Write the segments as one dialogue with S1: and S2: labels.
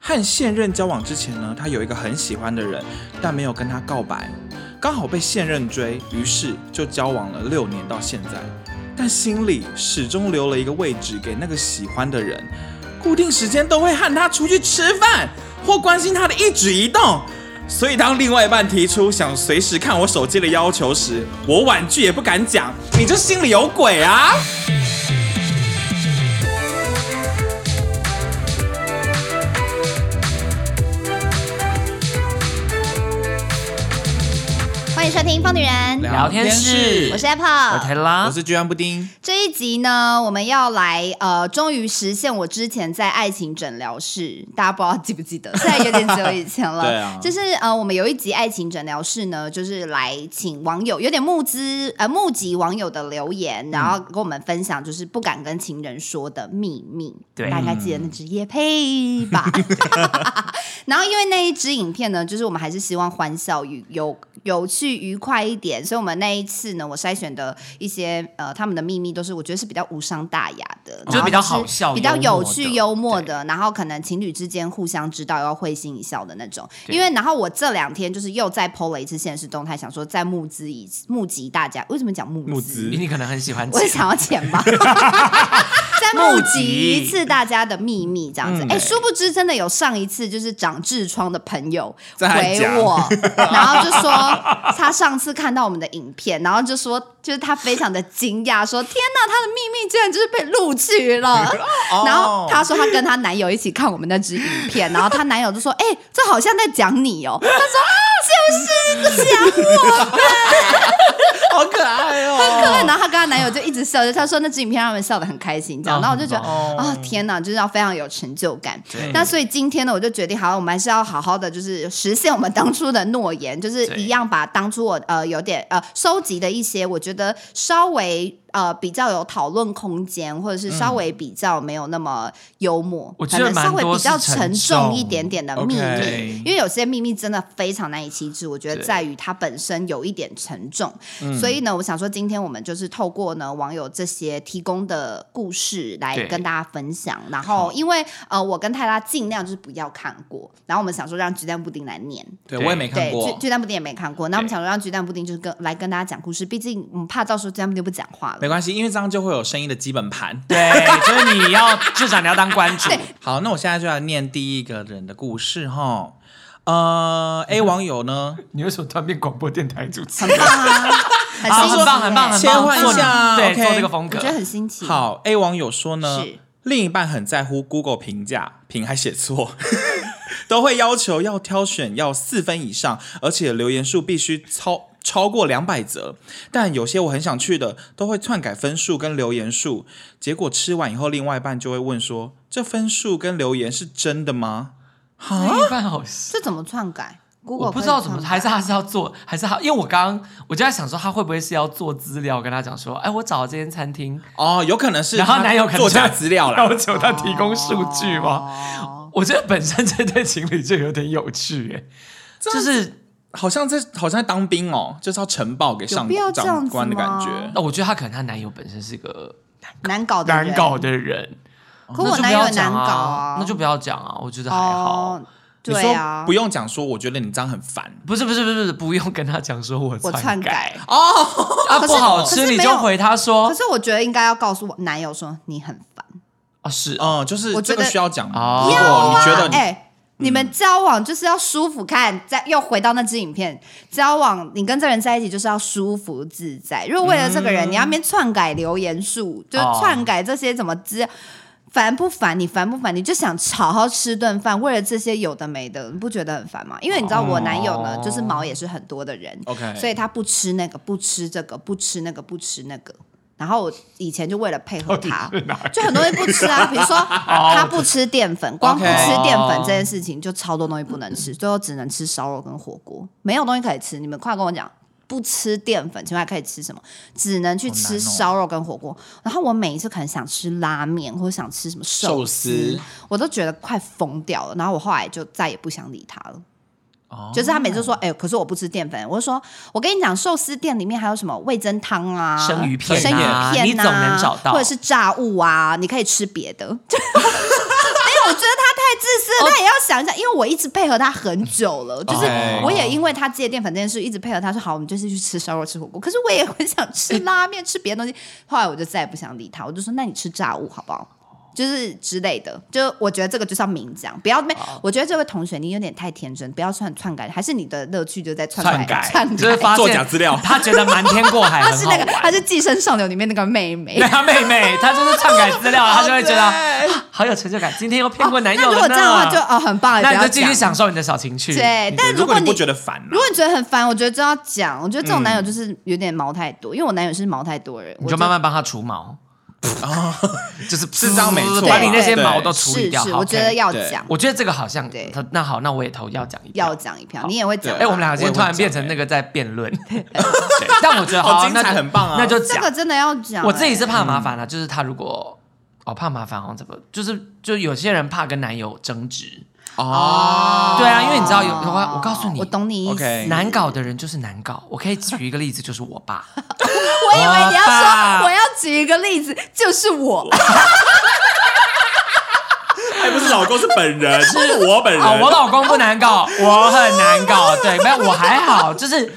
S1: 和现任交往之前呢，他有一个很喜欢的人，但没有跟他告白，刚好被现任追，于是就交往了六年到现在，但心里始终留了一个位置给那个喜欢的人，固定时间都会和他出去吃饭，或关心他的一举一动。所以，当另外一半提出想随时看我手机的要求时，我婉拒也不敢讲，你这心里有鬼啊！
S2: 欢迎收听《疯女人》，
S1: 聊天室
S2: 我是 Apple，
S3: 我泰拉
S1: 我，是居安布丁，
S2: 这一集呢，我们要来呃，终于实现我之前在爱情诊疗室，大家不知道记不记得？现在有点久以前了。
S1: 对啊
S2: 就是呃，我们有一集爱情诊疗室呢，就是来请网友，有点募资呃募集网友的留言，然后跟我们分享就是不敢跟情人说的秘密。
S3: 对
S2: 大家记得那只夜配吧。 然后因为那一支影片呢，就是我们还是希望欢笑与有有趣愉快一点，所以我们那一次呢，我筛选的一些呃他们的秘密都是我觉得是比较无伤大雅的，
S3: 哦就是比较好笑
S2: 然后就是比较有
S3: 幽
S2: 趣
S3: 默的
S2: 幽默的，然后可能情侣之间互相知道要会心一笑的那种。
S3: 对
S2: 因为然后我这两天就是又再 PO 了一次现实动态，想说再募资一次募集大家，为什么讲募
S1: 募资
S3: 你可能很喜欢
S2: 我
S3: 钱
S2: 也想要钱吧。再募
S3: 募
S2: 集
S3: 集
S2: 一次大家的秘密，这样子。
S1: 嗯
S2: 哎、殊不知真的有上一次就是长痔疮的朋友
S1: 在
S2: 回
S1: 讲
S2: 我，然后就说他上次看到我们的影片，然后就说就是他非常的惊讶，说天哪，他的秘密居然就是被录取了。然后她说她跟她男友一起看我们那支影片，然后她男友就说：“哎、这好像在讲你哦。”她说：“啊，就是讲
S1: 好可爱哦，
S2: 很可爱。 然后她跟她男友就一直笑，就她说那支影片让他们笑得很开心，这样。
S3: 哦
S2: 然后我就觉得
S1: 哦
S2: 啊、天哪，就是要非常有成就感
S3: 对。
S2: 那所以今天呢，我就决定，好，我们还是要好好的，就是实现我们当初的诺言，就是
S3: 对
S2: 一样把当初我呃有点呃收集的一些，我觉得稍微。呃，比较有讨论空间，或者是稍微比较没有那么幽默，
S3: 嗯我
S2: 可
S3: 觉得
S2: 能稍微
S3: 蛮多
S2: 比较
S3: 是
S2: 沉
S3: 沉
S2: 重
S3: 重
S2: 一点点的秘密
S1: OK
S2: 因为有些秘密真的非常难以启齿。我觉得
S3: 对
S2: 在于它本身有一点沉重，
S3: 嗯
S2: 所以呢，我想说，今天我们就是透过呢网友这些提供的故事来
S3: 对
S2: 跟大家分享。然后，因为呃，我跟泰拉尽量就是不要看过，然后我们想说让鸡蛋布丁来念，
S1: 对
S3: 对
S1: 我也没看
S2: 对，鸡
S1: 过，
S2: 鸡蛋布丁也没看过，那我们
S3: 对
S2: 想说让鸡蛋布丁就是跟来跟大家讲故事，毕竟我们怕到时候鸡蛋布丁不讲话了
S1: 没。关系，因为这样就会有声音的基本 盘。
S3: 对，哎就是你要至少你要当关主，
S1: 好，那我现在就要念第一个人的故事哈。呃，A 网友呢，
S2: 嗯
S4: 你为什么突然变广播电台主持？
S2: 很棒啊，很
S3: 好
S2: 新奇
S3: 很棒，很棒，
S2: 耶
S3: 很棒，
S1: 切换一
S3: 做你
S1: 下
S3: 对，
S1: OK
S3: 做这个风
S2: 我
S3: 格
S2: 觉，得很新奇。，
S1: 好，A 网友说呢
S2: 是，
S1: 另一半很在乎 Google 评价，评还写错， 都会要求要挑选要四分以上，而且留言数必须超。超过两百则，但有些我很想去的都会篡改分数跟留言数，结果吃完以后，另外一半就会问说：“这分数跟留言是真的吗？”
S4: 啊
S1: 哈，
S3: 一般好笑。
S2: 这怎么篡改？Google
S3: 我不知道怎
S2: 可
S3: 么，
S2: 以篡改
S3: 还是他是要做，还是他？因为我刚刚我就在想说，他会不会是要做资料，跟他讲说，哎，我找了这间餐厅，
S1: 哦，有可能是
S3: 然后
S1: 他
S3: 男友可能
S1: 作假
S3: 就
S1: 资料啦。
S4: 要求他提供数据吗？
S2: 哦
S3: 我觉得本身这对情侣就有点有趣，哎，就是
S1: 好像在好像在当兵哦，就是要呈报给上
S2: 有必要这样
S1: 长
S2: 子
S1: 官的感
S2: 吗
S1: 觉。
S3: 哦那我觉得他可能他男友本身是个
S2: 难搞的人
S4: 难，搞的人，
S2: 可我
S3: 那就
S2: 男
S3: 不
S2: 友
S3: 要
S2: 也难
S3: 讲
S2: 搞
S3: 啊，那就不要讲啊，我觉得还好
S2: 哦。，
S1: 你
S2: 对啊
S1: 说，不用讲说，我觉得你这样很烦。
S3: 不是不是不是，不用跟他讲说我
S2: 我篡
S3: 篡
S2: 改哦
S3: 啊，
S2: 可是
S3: 不好
S2: 可
S3: 吃
S2: 是没
S3: 你
S2: 有
S3: 就回他
S2: 可
S3: 说
S2: 是我觉得应该要告诉我男友说你很烦。
S3: 啊是
S1: 嗯，就是
S2: 我觉
S1: 这
S2: 得
S1: 个需要讲吗。
S3: 哦
S1: 如果你觉得你
S2: 哎、你们交往就是要舒服看，再又回到那支影片，交往你跟这人在一起就是要舒服自在。如果为了这个人，你要面篡改留言数，就是
S3: 哦
S2: 篡改这些怎么资料。烦不烦？你烦不烦？你就想好好吃顿饭，为了这些有的没的，你不觉得很烦吗？因为你知道我男友呢，
S3: 哦
S2: 就是毛也是很多的人，
S1: OK，
S2: 所以他不吃那个，不吃这个，不吃那个，不吃那个。然后我以前就为了配合他，就很多东西不吃啊，比如说他不吃淀粉，光不
S1: OK
S2: 吃淀粉这件事情就超多东西不能吃，最后只能吃烧肉跟火锅，没有东西可以吃。你们快跟我讲，不吃淀粉，请问还可以吃什么？只能去吃烧肉跟火锅。然后我每一次可能想吃拉面或者想吃什么寿
S1: 寿司
S2: 我都觉得快疯掉了。然后我后来就再也不想理他了。
S3: 哦
S2: 就是他每次说，哎、可是我不吃淀粉。我就说，我跟你讲，寿司店里面还有什么味噌汤啊、
S3: 生鱼片啊
S2: 生鱼片啊，
S3: 你总能找 到
S2: 或者是炸物啊，你可以吃别的。就哎没有，我觉得他太自私
S3: 哦
S2: 对他也要想一下，因为我一直配合他很久了，就是
S3: 哦
S1: OK
S2: 我也因为他戒淀粉这件事一直配合他说好，我们就是去吃烧肉、吃火锅。可是我也很想吃拉面、吃别的东西。后来我就再也不想理他，我就说那你吃炸物好不好？就是之类的，就我觉得这个就是要明讲，不要没。我觉得这位同学你有点太天真，不要篡篡改，还是你的乐趣就在篡
S1: 篡改
S2: 篡
S3: 就是
S2: 改。
S3: 发现
S1: 作假资料
S3: 他觉得瞒天 过海
S2: 她
S3: 很
S2: 是
S3: 好
S2: 那个，她
S3: 玩。
S2: 是《寄生上流》里面那个妹妹。
S3: 对他妹妹，他就是篡改 资料，他就会觉得
S1: 对
S3: 啊好有成就感。今天又骗过男友
S2: 那如
S3: 了
S2: 果
S3: 呢
S2: 这样的话就，哦哦很棒，也
S3: 那
S2: 不
S3: 你
S2: 要
S3: 就继续
S2: 讲
S3: 享受你的小情趣。
S2: 对，但
S1: 如
S2: 果
S1: 你
S2: 你
S1: 不觉得烦啊
S2: 如果你觉得很烦，我觉得就要讲。我觉得这种男友就是有点毛太多，因为我男友是毛太多人，
S3: 嗯你
S2: 我
S3: 就慢慢帮他除毛， 就是
S1: 是这样没错
S3: 把你那些
S1: 对
S3: 毛都处理
S2: 是
S3: 掉。
S2: 是，
S3: 好
S2: 我觉得
S3: OK
S2: 要
S1: 对
S2: 讲，
S3: 我觉得这个好像
S2: 对
S3: 他那好，那我也投要讲一票
S2: 要。讲一票，你也会讲啊
S1: 对
S3: 哎，。我们两个今天突然
S1: 我也会讲欸
S3: 变成那个在辩 论，但我觉得
S1: 好
S3: 好，
S1: 精彩
S3: 那就
S1: 很棒啊嗯
S3: 那就
S2: 这
S3: 讲
S2: 个。真的要讲，
S3: 我自己是
S2: 哎
S3: 怕麻烦啦，啊就是他如果哦怕麻烦，好像怎么就是就有些人怕跟男友争执，
S1: 哦，
S3: 对啊，因为你知道有有啊，我告诉你
S2: 哦我，懂你意思。
S1: OK
S3: 难搞的人就是难搞。我可以举一个例子，就是我 爸。
S2: 我以为你要
S3: 我爸
S2: 说我要举一个例子，就是我，
S1: 还哎不是老公是本人，是我本人，
S3: 哦，我老公不难
S1: 哦
S3: 搞，我很难搞。对，没有，我还好，就是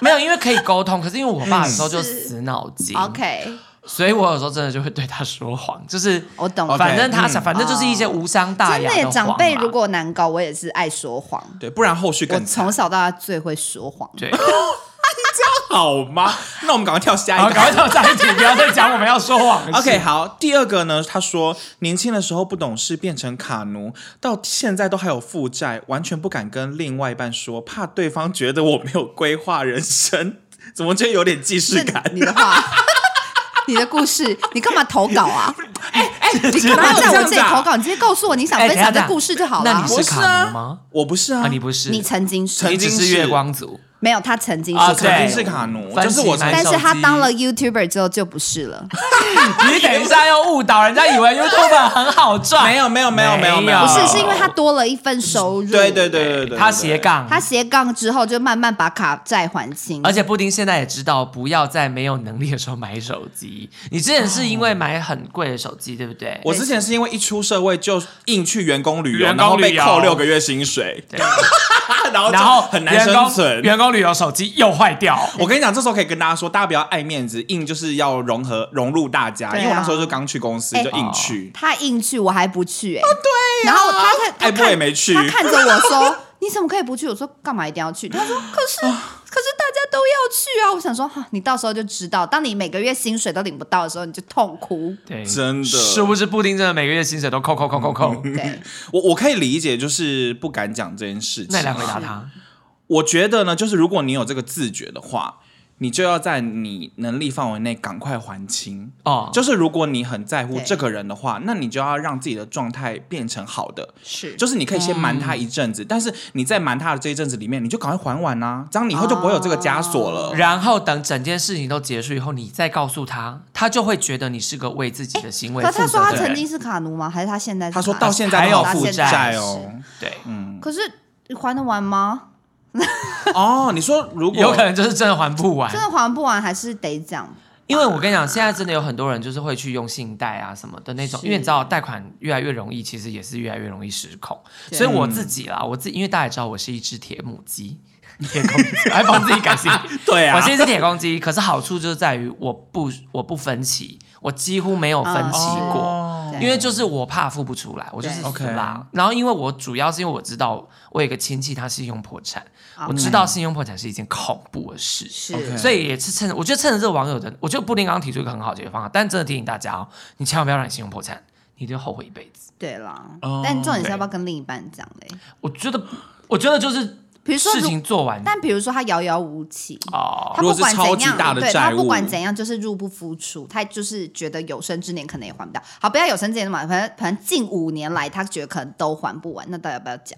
S3: 没有，因为可以沟通。可是因为我爸有时候
S2: 嗯
S3: 就死脑筋
S2: OK，
S3: 所以我有时候真的就会对他说谎，就是
S2: 我懂。
S1: OK
S3: 反正他想，
S1: 嗯
S3: 反正就是一些无伤大
S2: 真
S3: 雅
S2: 的耶，
S3: 谎嘛
S2: 长辈如果难搞，我也是爱说谎。
S1: 对，不然后续
S2: 我
S1: 更
S2: 从小到大最会说谎，
S3: 对，
S1: 好吗？那我们赶快跳下
S3: 然后
S1: 一
S3: 赶快
S1: 个。
S3: 跳下一题，不要再讲我们要说谎了。
S1: OK，好，第二个呢，他说年轻的时候不懂事，变成卡奴，到现在都还有负债，完全不敢跟另外一半说，怕对方觉得我没有规划人生， 怎么觉得有点既视
S2: 是
S1: 感？
S2: 你的话， 你的故事，你干嘛投稿啊？你干嘛
S1: 哪有
S2: 在
S1: 这样
S2: 我这
S1: 子
S2: 里
S1: 啊
S2: 投稿？你直接告诉我你想分
S3: 哎等一下
S2: 享的
S3: 等一下
S2: 故事就好了。
S3: 那你
S1: 不
S3: 是
S1: 是
S3: 卡奴
S1: 啊
S3: 吗？
S1: 我不是啊，
S3: 啊，你不是，
S2: 你曾经是，
S1: 曾
S3: 你
S1: 经
S3: 只
S1: 是
S3: 是月光族。
S2: 没有，他曾经
S3: 啊
S2: 是
S1: 曾
S2: 卡
S1: 经
S3: 对
S1: 是
S2: 奴，
S1: 卡奴，
S3: 翻
S1: 就
S3: 起
S1: 是我
S3: 来
S2: 但是
S3: 手
S2: 他
S3: 机
S2: 当了 YouTuber 之后就不是了。
S3: 你等一下要误导人家，以为 YouTube 很好赚。
S1: 没有没有没有没有没有，
S2: 不是，
S3: 哦
S2: 是因为他多了一份收入。
S1: 啊对对对对对对，
S3: 他斜杠，
S2: 他斜杠之后就慢慢把卡债还清，
S3: 而且布丁现在也知道，不要在没有能力的时候买手机。你之前是因为买很贵的手机，对不对？
S1: 我之前是因为一出社会就硬去员工旅游，
S3: 员工
S1: 然后被扣
S3: 旅游
S1: 六个月薪水， 然后就
S3: 然后
S1: 很难生存。
S3: 员工旅游手机又坏掉，
S1: 我跟你讲，这时候可以跟大家说，大家不要爱面子，硬就是要融合融入大家。
S2: 对啊
S1: 因为我那时候就刚去公司，
S2: 哎
S1: 就硬去。
S2: 他硬去，我还不去哎、对、然后他看他
S1: 哦哎
S2: 看
S1: 我也没去
S2: 他看着我说：“你怎么可以不去？”我说：“干嘛一定要去？”他说：“可是
S1: 哦
S2: 可是大家都要去啊！”我想说，哈，你到时候就知道，当你每个月薪水都领不到的时候，你就痛哭。
S3: 对，
S1: 真的
S3: 是不是布丁真的每个月薪水都扣扣扣扣 扣？
S1: 嗯
S2: 对，
S1: 我我可以理解，就是不敢讲这件事
S3: 那你来
S1: 情。
S3: 回答他，
S1: 我觉得呢，就是如果你有这个自觉的话，你就要在你能力范围内赶快还清。
S3: 哦，
S1: 就是如果你很在乎
S2: 对
S1: 这个人的话，那你就要让自己的状态变成好的，
S2: 是
S1: 就是你可以先瞒
S3: 嗯
S1: 他一阵子，但是你在瞒他的这一阵子里面，你就赶快还完啊，这样你以后就不会有这个枷锁了。
S3: 然后等整件事情都结束以后，你再告诉他，他就会觉得你是个为自己的行为
S2: 可是他
S3: 负
S2: 说
S3: 责
S2: 他
S3: 的
S2: 曾
S3: 人。
S2: 经是卡奴吗？还是他现在是卡
S1: 他
S2: 奴？
S1: 说到现在
S3: 还
S1: 都
S3: 有
S1: 还负
S3: 负债
S1: 债哦，
S3: 对，
S1: 嗯，
S2: 可是你还得完吗？
S1: 哦，你说如果
S3: 有可能就是真的还不
S1: 哎
S3: 完
S2: 真。的还不完，还是得讲。
S3: 因为我跟你讲，现在真的有很多人就是会去用信贷啊什么的那种，
S2: 是
S3: 因为你知道贷款越来越容易，其实也是越来越容易失控。
S2: 对
S3: 所以我自己啦，我自己因为大家也知道我是一只铁母鸡，铁公鸡，还帮自己改 姓。
S1: 对啊
S3: 我，是一只铁公鸡，可是好处就是在于我不我不分歧，我几乎没有分歧
S2: 嗯
S3: 过。
S1: 哦
S2: 对
S3: 因为就是我怕付不出来，我就是
S2: 对
S3: 死啦。然后因为我主要是因为我知道我有一个亲戚他信用破产，
S2: 啊
S3: 我知道信用破产是一件恐怖的事，
S2: 是
S1: OK
S3: 所以也是趁我觉得趁着这个网友的，我觉得布丁刚刚提出一个很好的解决方案，但真的提醒大家哦，你千万不要让你信用破产，你就后悔一辈子。
S2: 对啦。
S1: 哦
S2: 但重点是
S1: 对
S2: 要不要跟另一半讲嘞？
S3: 我觉得，我觉得就是
S2: 比如说
S3: 事
S2: 如，
S3: 情做完
S2: 但比如说他遥遥无期，
S3: 哦，
S2: 他不管
S1: 如
S2: 怎
S1: 果是超
S2: 样，
S1: 级大的
S2: 对
S1: 债务
S2: 他不管怎样就是入不敷出，他就是觉得有生之年可能也还不到。好，不要有生之年嘛，反正反正近五年来他觉得可能都还不完，那到底要不要讲？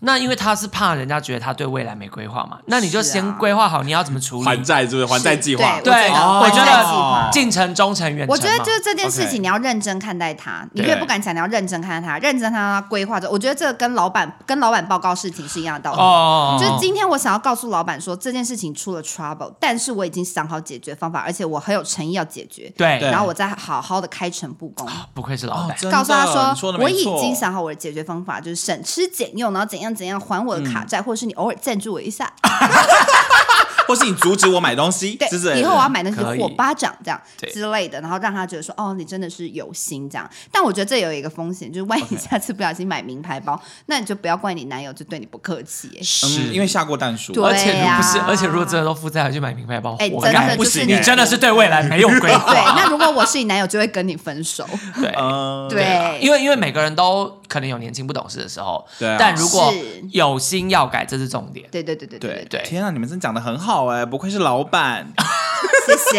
S3: 那因为他是怕人家觉得他对未来没规划嘛，那你就是
S2: 啊
S3: 先规划好你要怎么处
S1: 还
S3: 理。
S1: 债是不是？还债计划
S2: 是
S3: 对，
S2: 我
S3: 我
S2: 觉
S3: 觉
S2: 得还债计
S1: 哦
S2: 划
S3: 得近程、中程、远程嘛。
S2: 我觉得就是这件事
S1: OK
S2: 情，你要认真看待它。你
S4: 对
S2: 越不敢讲，你要认真看待它，认真看待它规划着。我觉得这个跟老板跟老板报告事情是一样的道理。
S3: 哦，
S2: 就是今天我想要告诉老板说这件事情出了 trouble，但是我已经想好解决方法，而且我很有诚意要解决。
S3: 对，
S1: 对
S2: 然后我再好好的开诚布公，
S3: 不愧是老
S1: 哦
S3: 板，，
S1: 真的
S2: 告诉他说
S1: 你说的没
S2: 我已
S1: 错
S2: 经想好我的解决方法，就是省吃俭用，然后怎样怎样还我的
S1: 嗯
S2: 卡债，或者是你偶尔赞助我
S1: 啊
S2: 一下，
S1: 或是你阻止我买东西，
S2: 对
S1: 之类，的
S2: 以后我要买东西
S3: 可以
S2: 火巴掌这样
S4: 对
S2: 之类的，然后让他觉得说哦，你真的是有心这样。但我觉得这有一个风险，就是万一
S1: OK
S2: 下次不小心买名牌包， 那你就不要怪你男友就对你不客 气、欸。
S1: 嗯，因为下过蛋叔，
S2: 对
S3: 而且如
S2: 啊
S3: 不是，而且如果真的都负债了去买名牌包，
S2: 哎
S3: 活
S2: 真的
S3: 该
S2: 就是
S3: 你真的是对未来没有规
S2: 对，
S3: 划。
S2: 那如果我是你男友，就会跟你 分手。
S3: 对
S1: 嗯，
S2: 对，
S3: 因为因为每个人都可能有年轻不懂事的时候，
S1: 对啊
S3: 但如果
S2: 是
S3: 有心要改，这是重 点。
S2: 对对对对对
S1: 对
S2: 对，
S3: 对
S1: 天啊，你们真讲的很好哎，不愧是老 板。
S2: 谢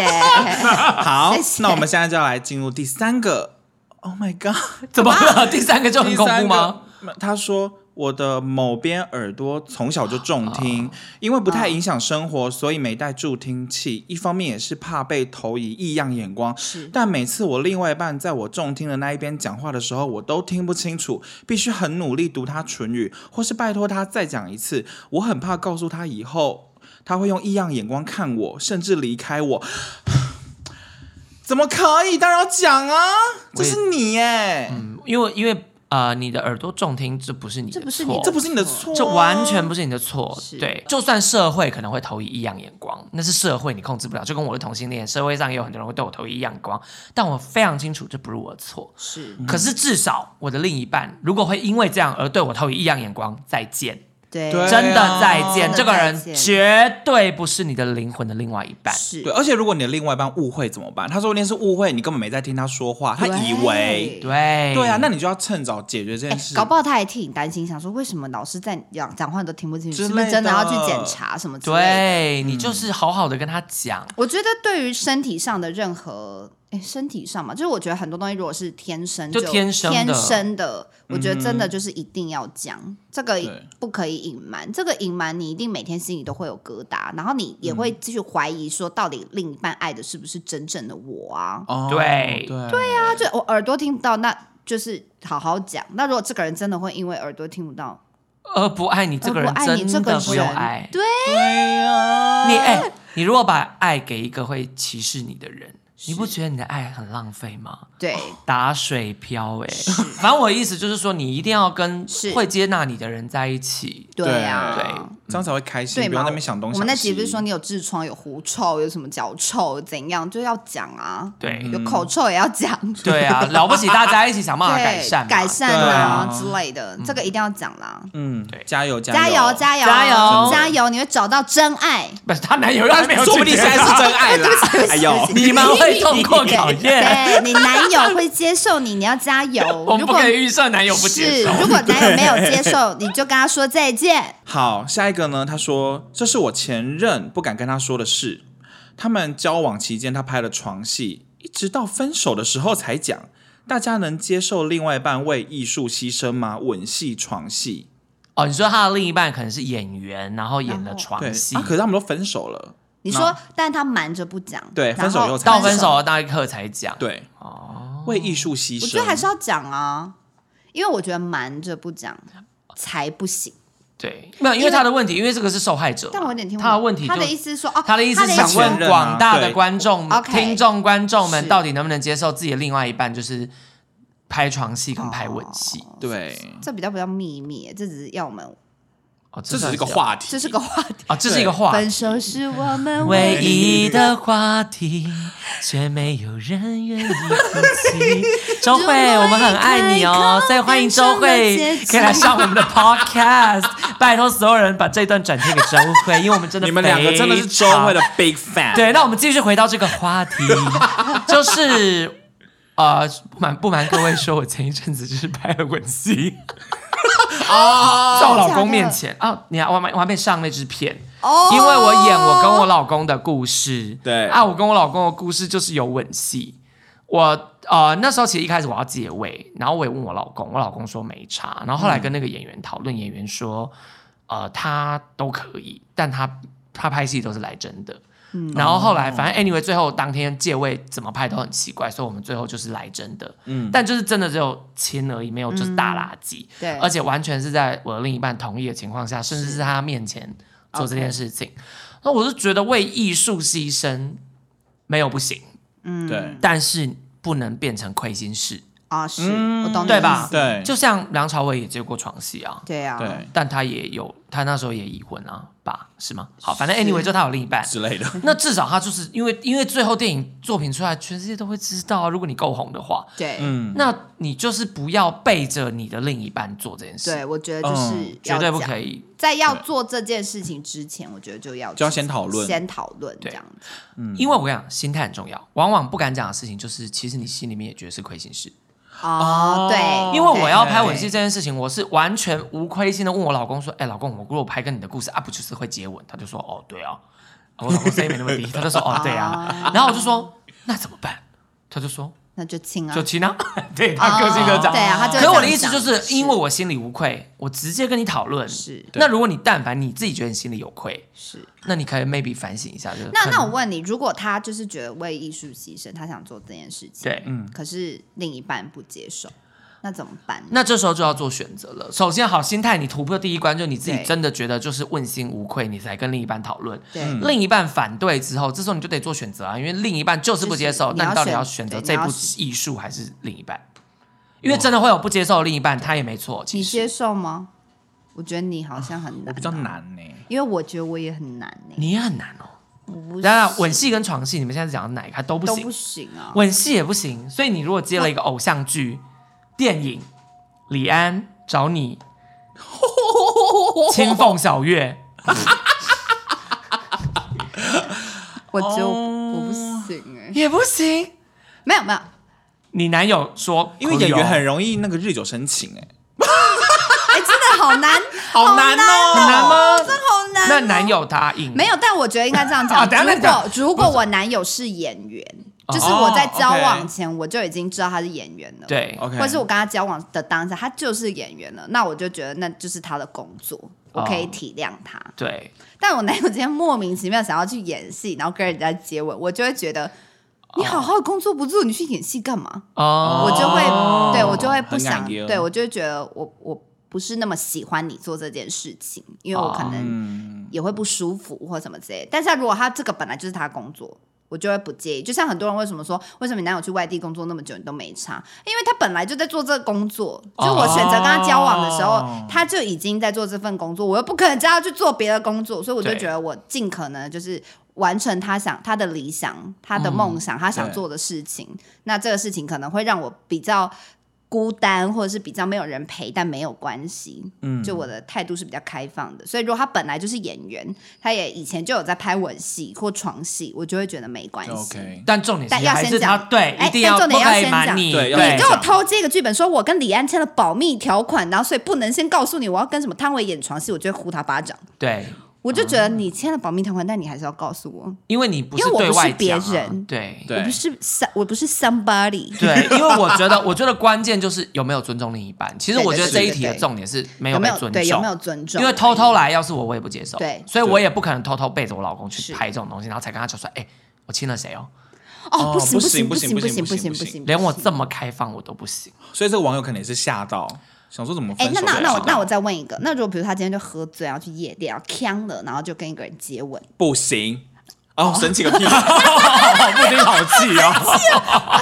S2: 谢。
S1: 好
S2: 谢，谢
S1: 那我们现在就要来进入第三个。Oh my god！
S3: 怎么了？ 第三个就很
S1: 第
S3: 恐
S1: 三
S3: 怖
S1: 个
S3: 吗？？
S1: 他说。我的某边耳朵从小就重听，
S3: 啊
S1: 因为不太影响生活，所以没带助听器。一方面也是怕被投以异样眼光，
S2: 是
S1: 但每次我另外一半在我重听的那一边讲话的时候，我都听不清楚，必须很努力读他唇语，或是拜托他再讲一次。我很怕告诉他以后，他会用异样眼光看我，甚至离开 我。怎么可以？当然要讲啊，这
S3: 我也
S1: 是你耶，
S3: 嗯，因为因为呃，你的耳朵重听，这不是你的
S2: 这不是你
S3: 错，
S1: 这不是你的错啊、
S3: 这完全不是你的错
S2: 是。
S3: 对，就算社会可能会投以异样眼光，那是社会你控制不了。就跟我的同性恋，社会上也有很多人会对我投以异样眼光，但我非常清楚这不是我的错。
S2: 是，
S3: 可是至少我的另一半如果会因为这样而对我投以异样眼光，再见，
S2: 对，
S1: 对啊
S3: 真的再
S2: 真
S3: 见，
S2: 的
S3: 这个
S2: 再见
S3: 人绝对不是你的灵魂的另外一半。
S2: 是
S1: 对，而且如果你的另外一半误会怎么办？他说那是误会，你根本没在听他说话，他以为。
S3: 对，
S1: 对啊，那你就要趁早解决这件
S2: 哎
S1: 事。
S2: 搞不好他也挺担心，想说为什么老师在讲讲话你都听不进去，
S1: 之
S2: 是不是真的
S1: 类
S2: 要
S1: 的
S2: 去检查什么之类的？
S3: 对你就是好好的跟他讲，
S2: 我觉得对于身体上的任何，哎，身体上嘛，就是我觉得很多东西如果是天生
S3: 就天生的嗯
S2: 天生的，我觉得真的就是一定要讲，这个
S1: 对
S2: 不可以隐瞒，这个隐瞒你一定每天心里都会有疙瘩，然后你也会继续怀疑说，到底另一半爱的是不是真正的我啊？
S1: 哦
S3: 对
S1: 对啊对
S2: 那就我哦耳朵听不到，那就是好好讲。那如果这个人真的会因为耳朵听不到，
S3: 而不爱你这个
S2: 而
S3: 人
S2: 不哦爱你这
S3: 真
S2: 个
S3: 的不用
S2: 人
S3: 爱。
S2: 对
S1: 对啊，
S3: 你哎、你如果把爱给一个会歧视你的人，你不觉得你的爱很浪费吗？
S2: 对，
S3: 打水漂哎、反正我的意思就是说，你一定要跟
S2: 是
S3: 会接纳你的人在一起。
S2: 对啊，
S3: 对
S1: 这样才会开心，
S2: 对
S1: 不要
S2: 嘛？
S1: 在那边想东西。
S2: 我们那集不是说你有痔疮、有狐臭、有什么脚臭怎样，就要讲啊。
S3: 对、
S2: 有口臭也要讲。
S3: 嗯 对 啊，了不起，大家一起想办法改善嘛，
S2: 改善
S1: 对
S2: 啊
S1: 啊
S2: 之类的，这个一定要讲啦。
S1: 嗯
S3: 对，
S1: 加油
S2: 加油，
S1: 油
S2: 加油，
S3: 加油
S2: 加油！你会找到真爱。
S3: 不是她男友，她没有
S1: 说不定现在是真爱啦
S2: 对不起对不！起
S1: 哎呦，
S2: 对不起
S3: 你们会通过考验，
S2: 对你男友会接受你，你要加油。
S3: 我们
S2: 如
S3: 不
S2: 果
S3: 可以预设男友不接
S2: 是，
S3: 受。
S2: 如果男友没有接 受，你就跟他说再见。
S1: 好，下一个呢？他说这是我前任不敢跟他说的事。他们交往期间，他拍了床戏，一直到分手的时候才讲。大家能接受另外一半为艺术牺牲吗？吻戏、床戏，
S3: 哦，你说他的另一半可能是演员，然后演了
S1: 对
S3: 床戏
S1: 啊，，可是他们都分手了，
S2: 你
S1: 然
S2: 说，但他瞒着不讲。
S1: 对
S2: 然
S1: 分手以后才
S3: 到分手的那一刻才讲。
S1: 对，
S3: 哦，
S1: 为艺术牺牲，
S2: 我觉得还是要讲啊，因为我觉得瞒着不讲才不行。
S3: 对，没有，因为他的问题，因为这个是受害者嘛，
S2: 但我有点听不懂
S3: 啊他的问题就，
S2: 他的意思是说哦，
S3: 他的意思是想
S1: 他
S3: 问
S1: 的意思
S3: 广大的观众
S2: 对
S3: 们、
S2: OK
S3: 听众、观众们，
S2: 是
S3: 到底能不能接受自己的另外一半就是拍床戏跟拍吻戏？
S1: 哦对，
S2: 这比较比较秘密，这只是要我们，
S3: 哦，
S1: 这只
S3: 算
S1: 是个话题，
S2: 这是个话题。
S3: 啊，这是一个话
S2: 分手是我们唯
S3: 唯
S2: 一。
S3: 一的话题，却没有人愿意提起。周慧，我们很爱你哦，所以欢迎周慧可以来上我们的 podcast。拜托所有人把这段转贴给周慧，因为我们真的
S1: 你们两个真的是周慧的 big fan，，
S3: 对，那我们继续回到这个话题，就是呃，不瞒不瞒各位说，我前一阵子就是拍了吻戏，
S1: 嗯哦
S3: 在我老公面前啊，你还我还没我还没上那支片。
S2: 哦
S3: 因为我演我跟我老公的故事，
S1: 对
S3: 啊，我跟我老公的故事就是有吻戏，我呃那时候其实一开始我要解围，然后我也问我老公，我老公说没差，然后后来跟那个演员讨论，演员说，呃，他都可以，但他他拍戏都是来真的。
S2: 嗯
S3: 然后后来
S1: 哦
S3: 反正 anyway，最后当天借位怎么拍都很奇怪，所以我们最后就是来真的，
S1: 嗯，
S3: 但就是真的只有亲而已，没有就是大垃圾，
S2: 对，
S3: 而且完全是在我的另一半同意的情况下，甚至是他面前做这件事情。那我是觉得为艺术牺牲没有不行，
S2: 嗯
S1: 对
S3: 但是不能变成亏心事。
S2: 啊，是
S1: 嗯
S2: 我懂你
S3: 对
S2: 意
S3: 吧
S2: 思
S1: 对，
S3: 就像梁朝伟也接过床戏啊，
S2: 对啊，
S1: 对
S3: 但他也有，他那时候也已婚啊，吧？是吗？好，反正
S2: 是
S3: anyway 就他有另一半。
S1: 之类的，
S2: 哦
S3: 那至少他就是因为因为最后电影作品出来，全世界都会知道啊、如果你够红的话，
S2: 对
S1: 嗯，
S3: 那你就是不要背着你的另一半做这件事，
S2: 对，我觉得就是
S1: 嗯
S2: 要
S3: 绝对不
S2: 讲
S3: 可以。
S2: 在要
S1: 对
S2: 做这件事情之前，我觉得就要
S1: 就要先讨论
S2: 先讨论这
S3: 对
S2: 样子。
S3: 因为我跟你讲，心态很重要。往往不敢讲的事情，就是其实你心里面也觉得是亏心事。
S2: 哦，对，
S3: 因为我要拍
S1: 对
S3: 吻戏这件事情，我是完全无亏心的问我老公说：“哎，老公，我如果拍跟你的故事啊，不就是会接吻？”他就说：“哦，对啊。”我老公声音没那么低，他就说：“哦，对 啊。”然后我就说：“那怎么办？”他就说
S2: 对那就亲：“啊，
S3: 就 亲啊。”对他个性就这样。
S2: 对啊，他就会这
S3: 可是
S2: 样
S3: 我的意思
S2: 讲
S3: 就是，因为我心里无愧，我直接跟你讨论。
S2: 是
S3: 那如果你但凡你自己觉得你心里有愧，
S2: 是。
S3: 那你可以 maybe 反省一下这个。
S2: 那那我问你，如果他就是觉得为艺术牺牲，他想做这件事情，
S3: 对，
S2: 可是另一半不接受，那怎么办呢？
S3: 那这时候就要做选择了。首先，好心态，你突破第一关，就你自己
S2: 对
S3: 真的觉得就是问心无愧，你才跟另一半讨论。
S2: 对，
S3: 另一半反对之后，这时候你就得做选择啊，因为另一半就是不接受，
S2: 就是你要
S3: 那你到底
S2: 选
S3: 要选择
S2: 对
S3: 这
S2: 你要
S3: 部艺术还是另一半？因为真的会有不接受的另一半，他也没错。其
S2: 你
S3: 实
S2: 接受吗？我觉得你好像很难，
S1: 我比较，难呢、
S2: 因为我觉得我也很难呢、
S3: 你也很难哦。
S2: 我不
S3: 当然，
S2: 行
S3: 吻戏跟床戏，你们现在讲的哪一个都不
S2: 都
S3: 行
S2: 不，行啊，
S3: 吻戏也不行。所以你如果接了一个偶像剧、电影，李安找 你青凤小月，
S2: 我就我不
S3: 哦
S2: 行哎、
S3: 也不行。
S2: 没有没哎有，
S3: 你男友说，哦
S1: 因为演员很容易那个日久生情、哎，
S2: 哎、真的好 难，
S1: 好难哦、
S3: 很难吗？
S2: 真的好难哦、
S3: 那男友答应
S2: 没有，但我觉得应该这样
S3: 啊
S2: 讲。
S3: 等一下
S2: 如
S3: 等一下
S2: 果如果我男友是演员，就是我在交往前我就已经知道他是演员了，，
S3: 哦对
S1: OK，
S2: 或是我跟他交往的当下他就是演员了，那我就觉得那就是他的工作，我可以
S3: 哦
S2: 体谅他。
S3: 对
S2: 但我男友今天莫名其妙想要去演戏，然后跟人家接吻，我就会觉得你好好工作不做，你去演戏干嘛？
S3: 哦，
S2: 我就会
S1: 哦
S2: 对我就会不
S1: 很
S2: 想，
S1: 感忧
S2: 对我就会觉得我我不是那么喜欢你做这件事情，因为我可能
S1: 嗯，
S2: 也会不舒服或什么之类的。但是如果他这个本来就是他的工作。我就会不介意，就像很多人为什么说，为什么你男友去外地工作那么久你都没差？因为他本来就在做这个工作，就我选择跟他交往的时候，
S1: 哦
S2: 他就已经在做这份工作，我又不可能叫他去做别的工作，所以我就
S3: 对
S2: 觉得我尽可能就是完成他想他的理想、他
S1: 嗯
S2: 的梦想、他想做的事情。那这个事情可能会让我比较孤单，或者是比较没有人陪，但没有关系。
S1: 嗯
S2: 就我的态度是比较开放的，所以如果他本来就是演员，他也以前就有在拍吻戏或床戏，我就会觉得没关
S1: 就
S2: 系。
S1: OK，
S3: 但重点
S2: 但
S3: 是
S2: 要
S3: 还
S2: 先
S3: 是他
S2: 讲
S3: 对，
S2: 哎
S3: 一定
S2: 但
S3: 要
S2: 重
S3: 不
S2: 点要
S3: 可以
S2: 先
S3: 瞒
S2: 讲
S3: 你，
S1: 对要
S2: 哎你
S1: 先
S2: 给我
S1: 讲
S2: 偷接一个剧本，说我跟李安签了保密条款，然后所以不能先告诉你我要跟什么汤唯演床戏，我就会呼他巴掌。
S3: 对，
S2: 我就觉得你签了保密条款，但你还是要告诉我，
S3: 因为你不
S2: 因为我
S3: 对
S2: 不是
S3: 外
S2: 别
S3: 讲啊
S2: 人
S3: 对
S1: 对
S2: 我不是 some，我不是 somebody。
S3: 对，因为我觉得， 我觉得关键就是有没有尊重另一半。其实
S2: 对
S3: 我觉得
S2: 对
S3: 这
S2: 对
S3: 一
S2: 对
S3: 题的
S2: 对
S3: 重点是没
S2: 有
S3: 被
S2: 没有
S3: 尊
S2: 对有没有
S3: 重。
S2: 尊重？
S3: 因为偷偷来，要是我，我也不接受。
S2: 对
S3: 所以我
S1: 对
S3: 也不可能偷偷背着我老公去
S2: 是
S3: 拍这种东西，然后才跟他讲说：“哎、我亲了谁哦？”
S2: 哦，
S1: 哦
S2: 不行
S1: 不行
S2: 不行
S1: 不
S2: 行
S1: 行
S2: 不行
S1: 不
S2: 不
S1: 行
S2: 行，
S3: 连我
S2: 不行
S3: 这么开放我都不 行。
S1: 所以这个网友可能也是吓到，想说怎么分
S2: 哎，
S1: 手
S2: 那
S1: 才知道？
S2: 那那我那我再问一个，那如果比如他今天就喝醉，然后去夜店，然后呛了，然后就跟一个人接吻，
S1: 不行哦，生气个屁！
S3: 不听好气哦，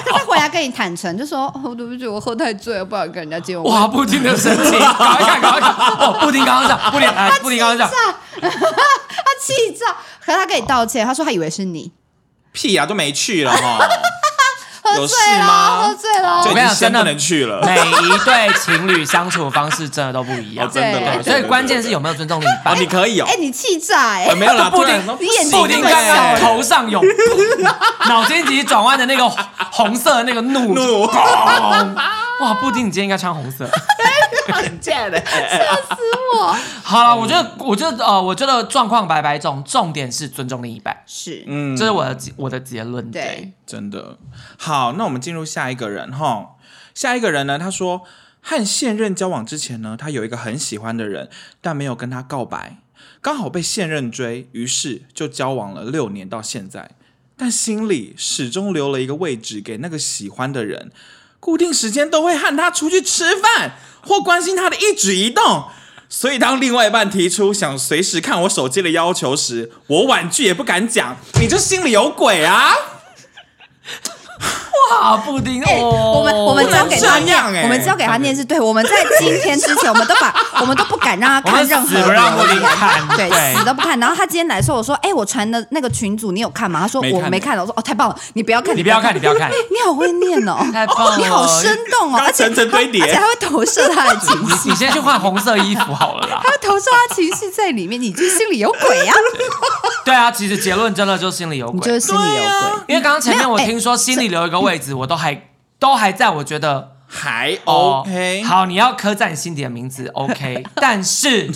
S2: 他回来跟你坦诚，就说哦，对不起，我喝太醉了，不想跟人家接吻。
S3: 哇，布丁的神 情，赶快看，赶快看！哦，布丁刚刚讲，布丁 哎，布丁刚刚讲，
S2: 他气炸，可是他跟你道歉，他说他以为是你
S1: 屁啊，都没去了哈，
S2: 喝
S1: 有事
S2: 醉
S3: 啊
S2: 了，
S1: 吗
S2: 啊喝醉了哦
S1: 就已
S3: 我跟
S1: 经
S3: 你讲
S1: 先
S3: 真的
S1: 不能去了。
S3: 每一对情侣相处的方式真的都不一样
S1: 哦，。真的
S2: 对
S1: 啦
S3: 对，所以关键是有没有尊重另一
S1: 啊，
S3: 半。
S1: 你可以哦
S2: 哎、，你气炸哎、
S1: 呃没有啦，
S3: 布
S1: 不
S3: 丁
S1: 然
S2: 你眼睛
S3: 布丁
S2: 那啊
S3: 刚
S2: 么
S3: 刚
S2: 小
S3: 头上 有脑筋急转弯的那个红色的那个怒
S1: 怒
S3: 哇，布丁，你今天应该穿红色。
S1: 很 贱
S3: 欸
S1: 的。
S2: 吓死我！
S3: 好了，我觉
S2: 嗯
S3: 得，我觉得，呃，我觉得状况百百种，重点是尊重另一半，
S2: 是，
S1: 嗯
S3: 这是我的结我的结论。
S2: 对，
S1: 真的好，那我们进入下一个人哈。下一个人呢，他说和现任交往之前呢，他有一个很喜欢的人，但没有跟他告白，刚好被现任追，于是就交往了六年到现在，但心里始终留了一个位置给那个喜欢的人，固定时间都会和他出去吃饭或关心他的一举一动。所以，当另外一半提出想随时看我手机的要求时，我婉拒也不敢讲，你这心里有鬼啊！
S3: 哇，布丁，
S2: 哎、
S3: 哦
S2: 我们我们交给他
S1: 不能这样哎
S3: 欸
S2: 念，我们交给他念是对。我们在今天之前，我们都把我们都不敢让他
S3: 我
S2: 看
S3: 们
S2: 任何
S3: 死不让布丁看，
S2: 对，死都不看。然后他今天来说，我说：“哎、我传的那个群组你有看吗？”他说：“
S1: 没
S2: 我
S1: 看
S2: 没看。”我说：“哦，太棒了，你不要看，
S3: 你不要看，你不要看
S2: 哎，， 你好会念哦，
S3: 太棒了
S2: 你好生动哦，
S1: 刚
S2: 而且
S1: 层层堆叠
S2: 而且还会投射他的情绪，
S3: 你 先去换红色衣服好了 啦。
S2: 他会投射他情绪在里面，你就心里有鬼呀、
S3: 对啊，其实结论真的就心里有
S2: 你就
S3: 鬼
S2: 是，心里有
S1: 对啊
S2: 鬼。
S3: 因为刚刚前
S2: 没
S3: 面
S2: 有
S3: 我
S2: 哎
S3: 听说心里留一个位置，我都还都还在，我觉得
S1: 还
S3: 哦
S1: OK，、
S3: 好，你要刻在你心底的名字 OK，但是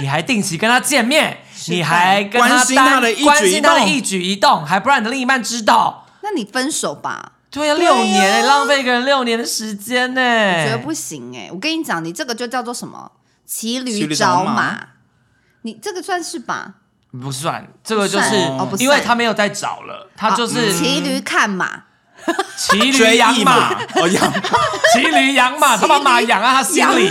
S3: 你还定期跟他见面，
S2: 的
S3: 你还跟
S1: 关
S3: 他
S1: 心
S3: 单
S1: 他的一举一
S3: 关心他的
S1: 动
S3: 一举一动，还不让你的另一半知道。
S2: 那你分手吧。”
S3: 对啊，
S1: 对啊
S3: 六年、欸、浪费一个人六年的时间呢、
S2: 我觉得不行哎、我跟你讲，你这个就叫做什么骑
S1: 骑
S2: 驴
S1: 驴
S2: 找
S1: 找
S2: 马
S1: 马，
S2: 你这个算是吧？
S3: 不算，这个就是、
S2: 不算哦不嗯算
S3: 因为他没有再找了，他就
S2: 好
S3: 是
S2: 啊骑驴看马，
S3: 骑
S1: 追
S3: 驴养
S1: 忆
S3: 马，
S1: 嘛，哦养
S3: 骑驴养马，他把马养啊在他心里，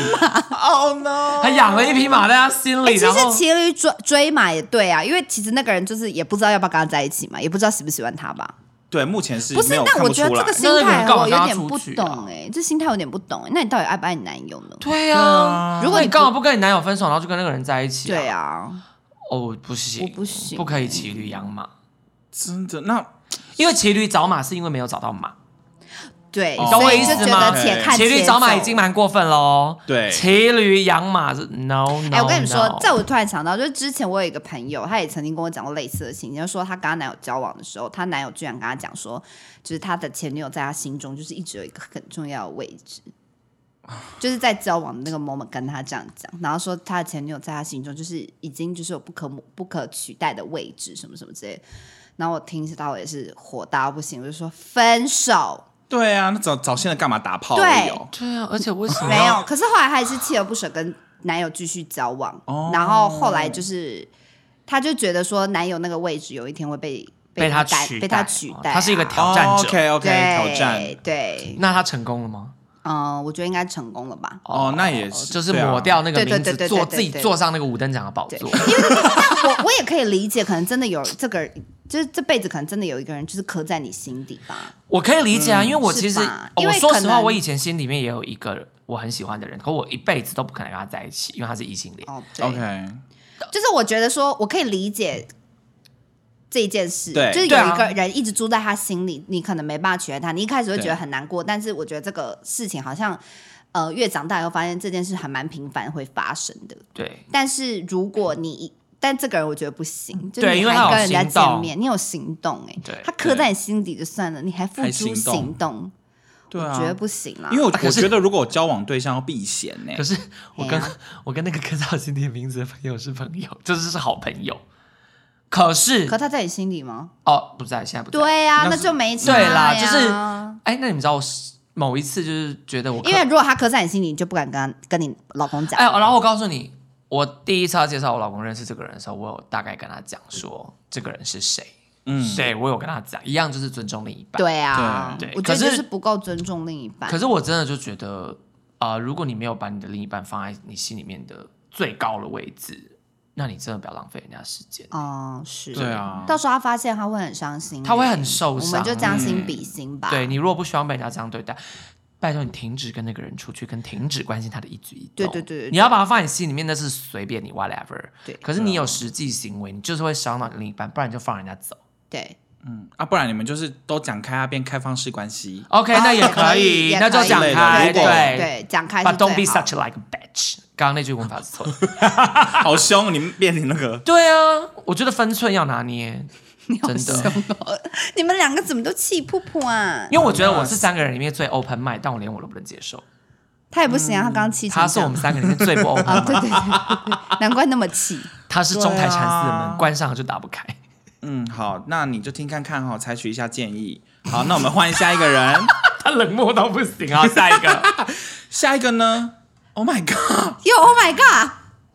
S1: ，Oh no，
S3: 他养了一匹马在他心里，
S2: 欸其
S3: 然后
S2: 实骑驴追追马也对啊，因为其实那个人就是也不知道要不要跟他在一起嘛，也不知道喜不喜欢他吧。
S1: 对，目前是
S2: 不是
S1: 没有，
S2: 那
S1: 看
S2: 我
S1: 不
S2: 觉得
S1: 出
S2: 这
S1: 来
S2: 个。心
S3: 那个
S2: 态
S3: 人干嘛
S2: 我
S3: 跟
S2: 有
S3: 他
S2: 点
S3: 出
S2: 不
S3: 去啊
S2: 懂哎、这心态有点不懂哎、那你到底爱不爱你男友呢？
S3: 对啊，
S2: 如果你
S3: 那你刚好不跟你男友分手，然后就跟那个人在一起、
S2: 对
S3: 啊，
S2: 啊，
S3: 哦，不行，
S2: 我不行
S3: 不可以骑驴养马，
S1: 真的，那
S3: 因为骑驴找马是因为没有找到马，
S2: 对，
S1: 你
S3: 懂
S2: 哦所
S3: 我
S2: 以
S3: 意
S2: 就
S3: 思
S2: 觉
S3: 吗
S2: 得且看
S3: 骑
S2: 且
S3: 驴
S2: 走
S3: 找马已经蛮过分喽。
S1: 对
S3: 骑驴养马是 no no。
S2: 哎、我跟你说
S3: no，
S2: 这我突然想到，就是之前我有一个朋友，她也曾经跟我讲过类似的情形，就是说她跟她男友交往的时候，她男友居然跟她讲说，就是她的前女友在她心中就是一直有一个很重要的位置，就是在交往的那个 moment 跟她这样讲，然后说她的前女友在她心中就是已经就是有不可抹不可取代的位置，什么什么之类的。然后我听到我也是火到不行，我就说分手。
S1: 对啊，那早早现在干嘛打炮
S2: 对
S1: 而已哦？
S3: 对啊，而且 为什么
S2: 没有，
S3: 要
S2: 可是后来还是锲而不舍跟男友继续交往，
S1: 哦
S2: 然后后来就是，她就觉得说男友那个位置有一天会被
S3: 被他
S2: 改
S3: 取
S2: 被
S3: 代哦
S2: 他取代啊、
S3: 他是一个挑战者
S1: OK OK，
S2: 对
S1: 哦挑战
S2: 对，
S3: 那他成功了吗？
S2: 嗯，我觉得应该成功了吧。
S1: 哦，那也是，
S3: 就 是
S1: 对啊
S3: 抹掉那个
S2: 对对
S3: 名
S2: 对对
S3: 字，坐
S2: 对对
S3: 自己
S2: 对
S3: 坐上那个五等奖的宝座。
S2: 但我我也可以理解，可能真的有这个，就是这辈子可能真的有一个人就是刻在你心底吧。
S3: 我可以理解啊，因为我其实
S2: 嗯是吧
S3: 哦
S2: 因
S3: 我
S2: 为
S3: 说实
S2: 可
S3: 话，
S2: 能
S3: 我以前心里面也有一个我很喜欢的人，可我一辈子都不可能跟他在一起，因为他是异性恋。
S2: 哦，对
S1: OK，
S2: 就是我觉得说，我可以理解这件事，
S1: 对
S2: 就是
S3: 对
S2: 有
S3: 啊
S2: 一个人一直住在他心里，你可能没办法取代他，你一开始会觉得
S1: 对
S2: 很难过，但是我觉得这个事情好像，呃，越长大以后发现这件事还蛮频繁会发生的。
S3: 对，
S2: 但是如果你但这个人我觉得不行，就
S3: 对
S2: 是你
S3: 因为
S2: 还
S3: 他有
S2: 跟人家
S3: 行动
S2: 见面，你有行动哎、
S3: 对
S2: 他刻在
S1: 对
S2: 你心底就算了，你还付
S1: 还
S2: 诸
S1: 行动
S2: 行动，
S1: 对
S2: 我觉得
S1: 啊，
S2: 不行啦。
S1: 因为我
S3: 可
S1: 我
S3: 是
S1: 觉得如果我交往对象要避嫌呢
S3: 可，是我跟、
S2: 哎呀
S3: 我跟那个刻在我心底名字的朋友是朋友， 就是是好朋友。可是
S2: 可他在你心里吗？
S3: 哦，不在，现在不在。
S2: 对呀、
S3: 那
S2: 那
S3: 是
S2: 就没差
S3: 对啦，
S2: 呀
S3: 就是哎，那你们知道我是某一次就是觉得我刻
S2: 因为如果他刻在你心里，你就不敢跟他跟你老公讲。
S3: 哎，然后我告诉你，我第一次要介绍我老公认识这个人的时候，我有大概跟他讲说这个人是谁，
S1: 嗯，
S3: 对我有跟他讲，一样就是尊重另一半。
S2: 对啊，
S3: 对对
S2: 我觉得
S3: 可是
S2: 就是不够尊重另一半。
S3: 可是我真的就觉得，啊，如果你没有把你的另一半放在你心里面的最高的位置，那你真的不要浪费人家时间。
S2: 哦、是，
S1: 对啊
S2: 到时候他发现他会很伤心，欸
S3: 他会很受
S2: 我
S3: 伤
S2: 们
S3: 嗯
S2: 就将心比心吧。
S3: 对你如果不希望被人家这样对待，拜托你停止跟那个人出去，跟停止关心他的一举一动。
S2: 对对对对
S3: 你要把它放在你心里面，那是随便你 whatever。
S2: 对
S3: 可是你有实际行为，你就是会伤到你另一半，不然你就放人家走。
S2: 对
S1: 嗯啊，不然你们就是都讲开啊，变开放式关系，
S3: OK，、
S2: 啊
S3: 那也
S2: 可以，也
S3: 那就
S2: 可以
S3: 讲
S1: 对
S3: 开，
S2: 对对
S1: 对
S2: 对，讲开是
S3: But don't
S2: 最
S3: be
S2: 好
S3: such like a bitch。刚刚那句文法是错的。
S1: 好凶，你们变成那个
S3: 对啊，我觉得分寸要拿捏，
S2: 你好
S3: 真的
S2: 凶哦！你们两个怎么都气噗噗啊？
S3: 因为我觉得我是三个人里面最 open mind，但我连我都不能接受。
S2: 他也不行啊，他刚刚气成
S3: 他是
S2: 这
S3: 我
S2: 样
S3: 们三个里面最 不
S2: 啊，
S3: open，
S2: 对对对对对，难怪那么气。
S3: 他是中台禅寺的
S1: 对啊
S3: 门，关上了就打不开。
S1: 嗯，好，那你就听看看哈、采取一下建议。好，那我们换下一个人，
S4: 他冷漠到不行 啊！下一个，
S1: 下一个呢？Oh my god！
S2: 哟，Oh my god！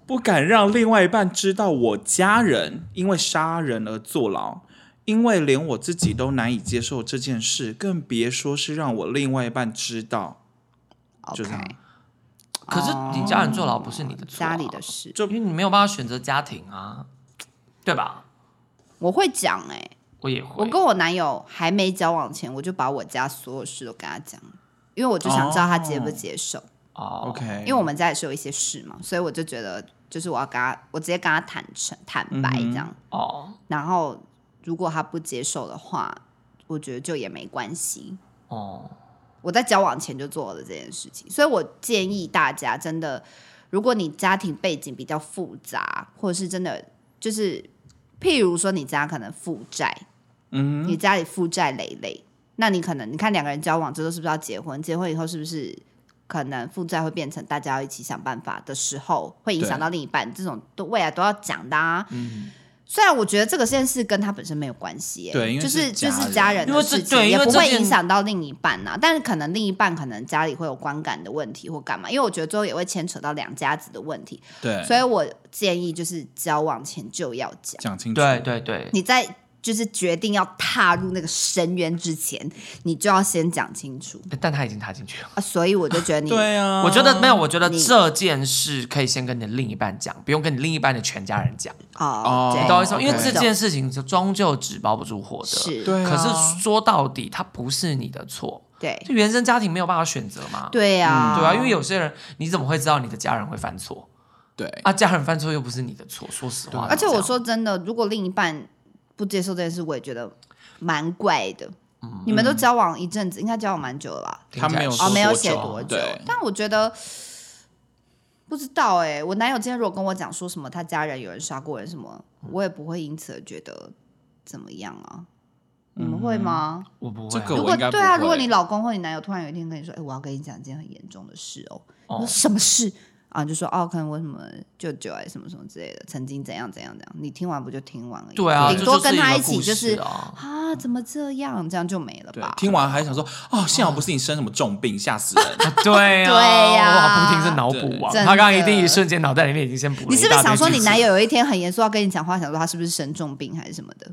S1: 不敢让另外一半知道我家人因为杀人而坐牢，因为连我自己都难以接受这件事，更别说是让我另外一半知道。就这
S2: OK，
S1: 样
S3: 可是你家人坐牢不是你的错啊，
S2: 哦家里的事，
S3: 因为你没有办法选择家庭啊，对吧？
S2: 我会讲哎、
S3: 我也会，
S2: 我跟我男友还没交往前，我就把我家所有事都跟他讲，因为我就想知道他接不接受，
S3: 哦
S1: OK，
S2: 因为我们家也是有一些事嘛，所以我就觉得就是我要跟他，我直接跟他坦诚坦白这样，
S3: 哦
S2: 然后如果他不接受的话，我觉得就也没关系。
S3: 哦，
S2: 我在交往前就做了这件事情，所以我建议大家真的，如果你家庭背景比较复杂，或者是真的就是，譬如说你家可能负债，
S1: 嗯
S2: 你家里负债累累，那你可能你看两个人交往之后是不是要结婚？结婚以后是不是可能负债会变成大家要一起想办法的时候，会影响到另一半？这种都未来都要讲的啊。
S1: 嗯
S2: 虽然我觉得这个件事跟他本身没有关系、欸，
S1: 对因为
S2: 就是就
S1: 家
S2: 是
S1: 人
S2: 家人
S3: 因为
S2: 的
S3: 这
S2: 事情，
S3: 对因
S2: 也
S3: 为
S2: 不
S3: 这
S2: 会
S3: 件
S2: 影响到另一半呐、啊但是可能另一半可能家里会有观感的问题或干嘛，因为我觉得最后也会牵扯到两家子的问题，
S1: 对，
S2: 所以我建议就是交往前就要讲。
S1: 讲清楚。
S3: 对对对，
S2: 你在就是决定要踏入那个深渊之前，你就要先讲清楚
S3: 但他已经踏进去了。
S2: 啊。所以我就觉得你
S1: 对啊，
S3: 我觉得没有，我觉得
S2: 哦你
S3: 这件事可以先跟你的另一半讲，不用跟你另一半的全家人讲，
S2: 哦
S1: 哦，
S2: 对
S3: 你懂我意思吗？因为
S1: 对
S3: 这件事情就终究纸包不住火的。
S2: 是
S1: 对啊，
S3: 可是说到底，它不是你的错，
S2: 对
S3: 就原生家庭没有办法选择嘛。
S2: 哎对啊，
S3: 嗯对啊，因为有些人你怎么会知道你的家人会犯错
S1: 对，
S3: 啊？家人犯错又不是你的错，说实话。
S2: 而且
S3: 这
S2: 我
S3: 样
S2: 说真的，如果另一半不接受这件事，我也觉得蛮怪的。
S3: 嗯
S2: 你
S1: 嗯
S2: 们都交往一阵子，应该交往蛮久了吧？
S1: 他没有说
S2: 哦，没有
S1: 多
S2: 写
S1: 久啊
S2: 多久
S1: 对，
S2: 但我觉得不知道哎、我男友今天如果跟我讲说什么他家人有人杀过人什么，我也不会因此而觉得怎么样啊。你们会吗？
S3: 我不会啊，
S1: 这个
S2: 如
S1: 我
S2: 果
S1: 应该不
S2: 对啊，
S1: 会
S2: 如果你老公或你男友突然有一天跟你说：“哎、我要跟你讲一件很严重的事哦。
S3: 哦
S2: 你说什么事啊？你就说：“哦，可能我什么舅舅哎，什么什么之类的，曾经怎样怎样怎样。”你听完不就听完而已？
S3: 对啊，
S2: 顶
S3: 这
S2: 多
S3: 就
S2: 跟
S3: 是
S2: 他
S3: 个
S2: 一起
S3: 故
S2: 就
S3: 事
S2: 是
S3: 啊，
S2: 啊，怎么这样？这样就没了
S1: 对
S2: 吧？，
S1: 听完还想说，哦，幸好不是你生什么重病，吓死人。
S3: 对啊，
S2: 对呀
S3: 哇，不听是脑补王，
S2: 真的
S3: 他刚刚一定一瞬间脑袋里面已经先补了
S2: 你
S3: 一
S2: 是不是
S3: 大堆
S2: 想说
S3: 句
S2: 你
S3: 子
S2: 男友有一天很严肃要跟你讲话，想说他是不是生重病还是什么的？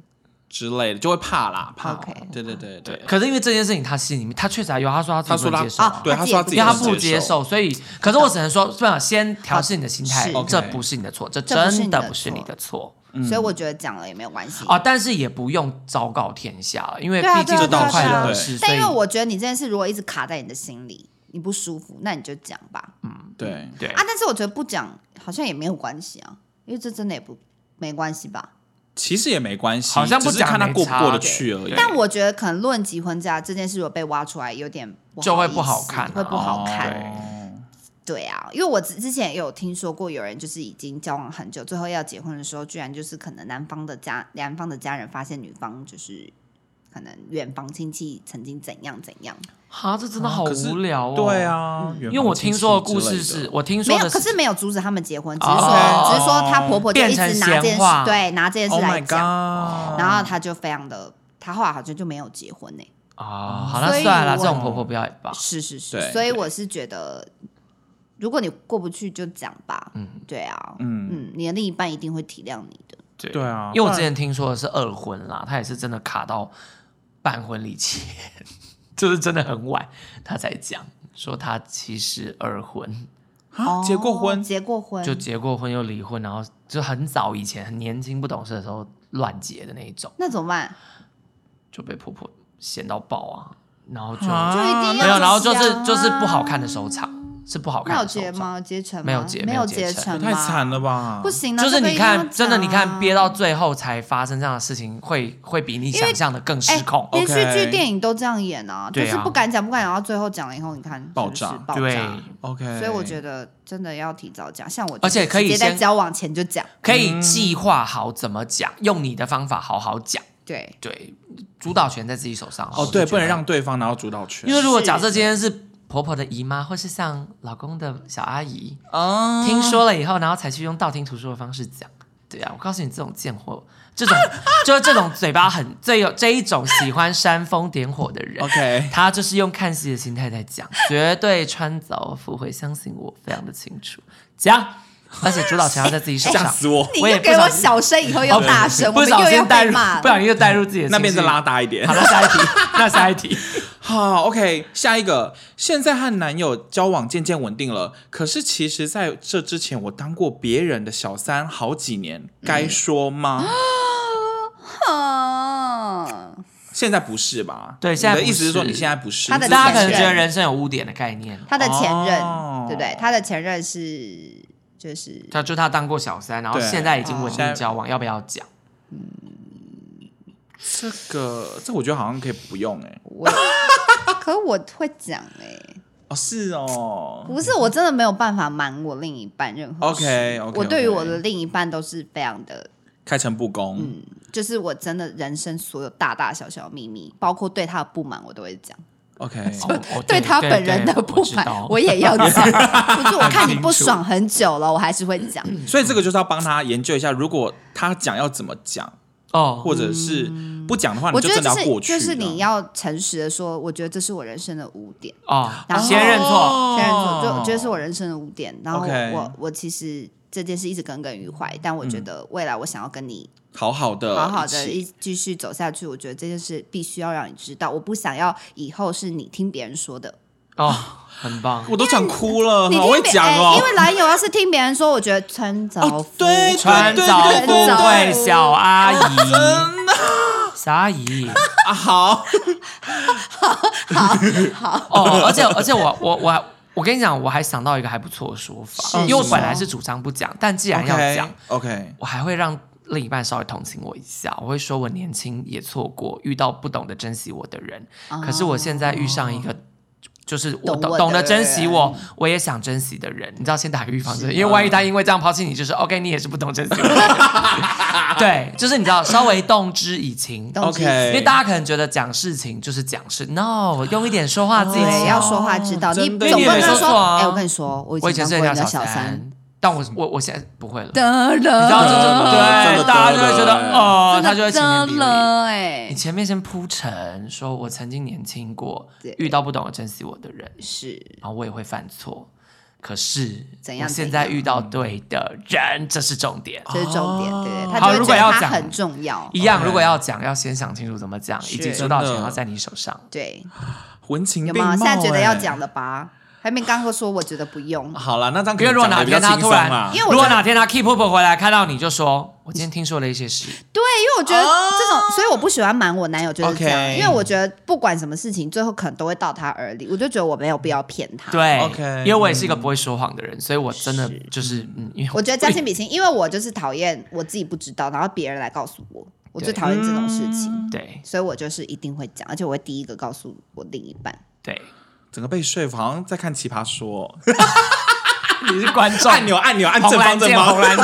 S1: 之类的，就会怕啦，怕。
S2: OK
S1: 对对对对，
S3: 可是因为这件事情，他心里面他确实还有，他说他
S1: 他
S3: 自
S1: 说
S3: 己不能
S1: 他
S3: 接受啊，
S1: 对他
S2: 他自己
S1: 说他自己
S3: 因为他
S2: 不
S3: 不接，受，所以可是我只能说，不然先调试你的心态
S2: 好，
S1: 是
S3: 这
S1: OK
S3: 不是你的错，这
S2: 这不是你
S3: 真
S2: 的
S3: 的不是你
S2: 错
S3: 的错
S2: 所以我觉得讲了也没有关系。
S3: 嗯啊！但是也不用昭告天下了，因为毕
S2: 对啊
S3: 竟
S2: 对啊
S3: 这道
S1: 对啊
S3: 快
S1: 对啊
S3: 乐
S1: 对
S3: 的事，所
S2: 但因
S3: 以
S2: 为我觉得你这件事如果一直卡在你的心里，你不舒服，那你就讲吧。
S1: 对
S3: 对
S2: 啊，但是我觉得不讲好像也没有关系啊，因为这真的也不没关系吧。
S1: 其实也没关系，
S3: 好像不
S1: 只是看他
S3: 讲没
S1: 过不
S3: 差
S1: 过得去而已。
S2: 但我觉得可能论及婚嫁这件事，如果被挖出来，有点不好
S3: 就会
S2: 意思
S3: 不好看啊
S2: 会不好看。
S1: 哦
S2: 对啊，因为我之之前也有听说过，有人就是已经交往很久，最后要结婚的时候，居然就是可能男方的家男方的家人发现女方就是可能远房亲戚曾经怎样怎样，
S3: 啊，这真的好
S1: 可是
S3: 无聊哦。
S1: 对，啊，
S2: 嗯
S3: 因
S1: 远
S3: 为我
S1: 房亲
S3: 听
S1: 戚
S3: 说的故
S1: 之类
S3: 事是我听
S2: 没
S3: 说
S2: 有，
S3: 的
S2: 可是没有阻止他们结婚，只是说、
S3: 哦
S2: 只是说她婆婆就一直
S3: 变成
S2: 拿这件
S3: 闲
S2: 事
S3: 话
S2: 对拿这件事
S1: Oh
S2: 来
S1: my
S2: 讲，
S1: God，
S2: 然后她就非常的，她后来好像就没有结婚呢、
S3: 啊，好了
S2: 所以
S3: 算了啦，
S2: 我
S3: 这种婆婆不要也罢。
S2: 是是是，
S1: 对
S2: 所以我是觉得，如果你过不去就讲吧，嗯，对啊，
S1: 嗯，
S2: 嗯，你的另一半一定会体谅你的。
S3: 对
S1: 对啊
S3: 因为我
S1: 不然
S3: 之前听说的是二婚啦，他也是真的卡到办婚礼前， 就是真的很晚，他才讲说他其实二婚，
S1: 啊，结过
S2: 哦
S1: 婚，
S2: 结过婚
S3: 就结过婚又离婚，然后就很早以前很年轻不懂事的时候乱结的那一种，
S2: 那怎么办？
S3: 就被婆婆嫌到爆啊，然后就、
S1: 啊
S2: 就一定要
S3: 没有，然后就是
S2: 讲啊
S3: 就是不好看的收场，是不好
S2: 那
S3: 看
S2: 有
S3: 的收
S2: 结
S3: 场。
S2: 吗？有结成吗
S3: 没有结
S2: 没
S3: 没有
S2: 结
S3: 结
S2: 成，
S3: 成
S1: 太惨，了吧？
S2: 不行啊！
S3: 就是
S2: 这个
S3: 你
S2: 一定要
S3: 看，真的你
S2: 讲啊
S3: 看，憋到最后才发生这样的事情，会会比你想象的更失控。
S2: 哎连续
S1: OK
S2: 剧、电影都这样演啊，就
S3: 对啊
S2: 是不敢讲，不敢讲，到最后讲了以后，你看是不是
S1: 爆炸
S2: 爆
S3: 对，
S2: 炸。
S1: OK，
S2: 所以我觉得真的要提早讲，像我，
S3: 而且可以
S2: 直接在
S3: 先
S2: 交往前就讲，
S3: 可以计划好怎么讲，用你的方法好好讲。
S2: 对，
S3: 对，主导权在自己手上。
S1: 哦哦，对，不能让。对方拿到主导权
S3: 因。为如果
S2: 是
S3: 假设今天是婆婆的姨妈，或是像老公的小阿姨，
S1: 哦，
S3: 听说了以后，然后才去用道听途说的方式讲。对啊，我告诉你，这种贱货，这种、 就是这种嘴巴很最有这一种喜欢煽风点火的 人
S1: OK
S3: 他就是用看戏的心态在讲，绝对穿凿附会，相信我，非常的清楚。讲，而且主导权要在自己手
S1: 吓
S3: 上。
S1: 死我！
S2: 你
S3: 我也
S2: 又
S3: 不
S2: 给我
S3: 小心
S2: 小
S3: 哦
S2: 声，以后又大声，我
S3: 不
S2: 们又
S3: 小
S2: 要
S3: 心带
S2: 被
S3: 入
S2: 骂，
S3: 不
S2: 了。
S3: 小心就带入自己的
S1: 那边
S3: 情
S1: 再
S3: 绪
S1: 拉。大一点
S3: 好。了，下一 题，那下一题，
S1: 好，OK，下一个，现在和男友交往渐渐稳定了，可是其实在这之前，我当过别人的小三好几年，该说吗？
S2: 嗯，
S1: 现在不是吧？
S3: 对现在
S1: 你的
S3: 不
S1: 意思是说
S3: 是
S1: 你现在不是
S2: 他的
S3: 大家
S2: 前
S3: 可能觉得
S2: 任
S3: 人生有污点的概念，
S2: 他的前任，
S1: 哦
S2: 对不对？他的前任是就是
S3: 他就他当过小三，然后
S1: 对
S3: 现在已经稳
S1: 现在
S3: 定交往，要不要讲？
S1: 这个，这我觉得好像可以不用哎、
S2: 我，可我会讲哎、
S1: 哦，是哦，
S2: 不是我真的没有办法瞒我另一半任何事
S1: OK，OK，OK
S2: 我对于我的另一半都是非常的，嗯
S1: 开诚布公。
S3: 嗯
S2: 就是我真的人生所有大大小小的秘密，包括对他的不满，我都会讲。
S1: OK，
S3: 哦哦
S2: 对他本人的不
S3: 知
S2: 满
S3: 道，
S2: 我也要 讲。不是我看你不爽很久了，我还是会讲。
S1: 所以这个就是要帮他研究一下，如果他讲要怎么讲，
S3: 哦，
S1: 或者是不讲的话，
S2: 我
S1: 你
S2: 觉
S1: 就
S2: 得
S1: 真的
S2: 就
S1: 要过
S2: 是
S1: 去
S2: 就是你要诚实的说，我觉得这是我人生的污点。
S3: 哦
S2: 然，后
S3: 先认
S1: 哦
S3: 错，
S2: 虽然说，就我觉得是我人生的污点。然后
S1: OK 嗯
S2: 我我其实这件事一直耿耿于怀，但我觉得未来我想要跟你
S1: 好好的，
S2: 好好
S1: 一
S2: 的
S1: 起
S2: 一继续走下去，我觉得这件事必须要让你知道，我不想要以后是你听别人说的，
S3: 哦，很棒。
S1: 我都想哭了，
S2: 你
S1: 好
S2: 听
S1: 会
S2: 别
S1: 讲
S2: 哎
S1: 哦
S2: 因。为男友要是听别人说，我觉得穿凿
S1: 哦
S2: 附
S1: 对
S3: 穿凿附会，小啊阿姨，小阿姨，
S1: 嗯啊，好，
S3: 哦，而且而且我我我我跟你讲，我还想到一个还不错的说
S2: 是
S3: 法，因为我
S1: 是
S3: 本
S1: 吗
S3: 来是主张不讲，但既然要
S1: OK
S3: 讲，
S1: OK，
S3: 我还会让另一半稍微同情我一下，我会说我年轻也错过，遇到不懂得珍惜我的人，可是我现在遇上一个。就是我
S2: 啊懂我
S3: 懂
S2: 的
S3: 懂得珍惜我，我也想珍惜的人，你知道先打个预防
S2: 啊
S3: 针，因为万一他因为这样抛弃你，就是 OK，你也是不懂珍惜我的人。 对，就是你知道稍微动之以情，
S2: 懂之以
S1: OK
S2: 情
S3: 因为大家可能觉得讲事情就是讲事，no，用一点说话技
S2: 对，要
S3: 巧。
S2: 说话之道，
S1: 真
S2: 你
S1: 的
S2: 总
S1: 耶
S2: 不能
S1: 你也没
S2: 说
S3: 说错啊
S2: 哎，我跟你说，我
S3: 我
S2: 以
S3: 以前是
S2: 当
S3: 人
S2: 过
S3: 家
S2: 人家
S3: 小
S2: 三。，
S3: 但我我我现在不会了。
S2: 得了，
S3: 你知道嗯这种
S1: 真的
S3: 对，大家就会
S1: 真
S3: 觉得
S1: 的
S3: 哦，
S2: 真的
S3: 他就会晴天霹
S2: 得
S3: 雳。
S2: 了
S3: 你
S2: 哎，
S3: 前面先铺陈，说我曾经年轻过
S2: 对，
S3: 遇到不懂得珍惜我的人，
S2: 是
S3: 然后我也会犯错。可是
S2: 怎样
S3: 我现
S2: 怎
S3: 在
S2: 样
S3: 遇到对的人，这是重点。
S2: 这是重点，对，他
S3: 好
S2: 就会觉
S3: 如果
S2: 得
S3: 要
S2: 他
S3: 讲
S2: 很重要，
S3: 一样，
S1: OK
S3: 如果要讲，要先想清楚怎么讲，
S2: 是
S3: 以及主导权
S1: 真的
S3: 要在你手上。
S2: 对，
S1: 文情
S2: 有
S1: 并
S2: 吗？
S1: 茂。
S2: 现在觉得要讲
S1: 了。
S2: 了吧？还没刚刚说，我觉得不用。
S1: 好了，那这样可
S3: 因为
S1: 能
S3: 如果
S1: 讲
S3: 哪
S1: 的比
S3: 天
S1: 较
S3: 他
S1: 轻
S3: 突
S1: 松
S3: 然
S1: 啦，
S2: 因。为我
S3: 如
S2: 觉
S3: 果
S2: 得
S3: 哪天他 keep up 回来看到你就说，我今天听说了一些事，
S2: 对，因为我觉得这种，所以我不喜欢瞒我男友就是这样，
S1: 哦 OK
S2: 因为我觉得不管什么事情，最后可能都会到他耳里，我就觉得我没有必要骗他。，
S3: 对
S1: OK，
S3: 因为我也是一个不会说谎的人，所以我真的就是，嗯，因为
S2: 我觉得将心比心，因为我就是讨厌我自己不知道，然后别人来告诉我，我最
S3: 对
S2: 讨厌这种事情，
S3: 对
S2: 所以我就是一定会讲，而且我会第一个告诉我另一半。
S3: 对，
S1: 整个被说服，好像在看《奇葩说
S3: 你是观》众
S1: 按钮按钮按
S3: 红
S1: 正方
S3: 蓝
S1: 正
S3: 键，
S1: 方
S3: 红。蓝
S2: 红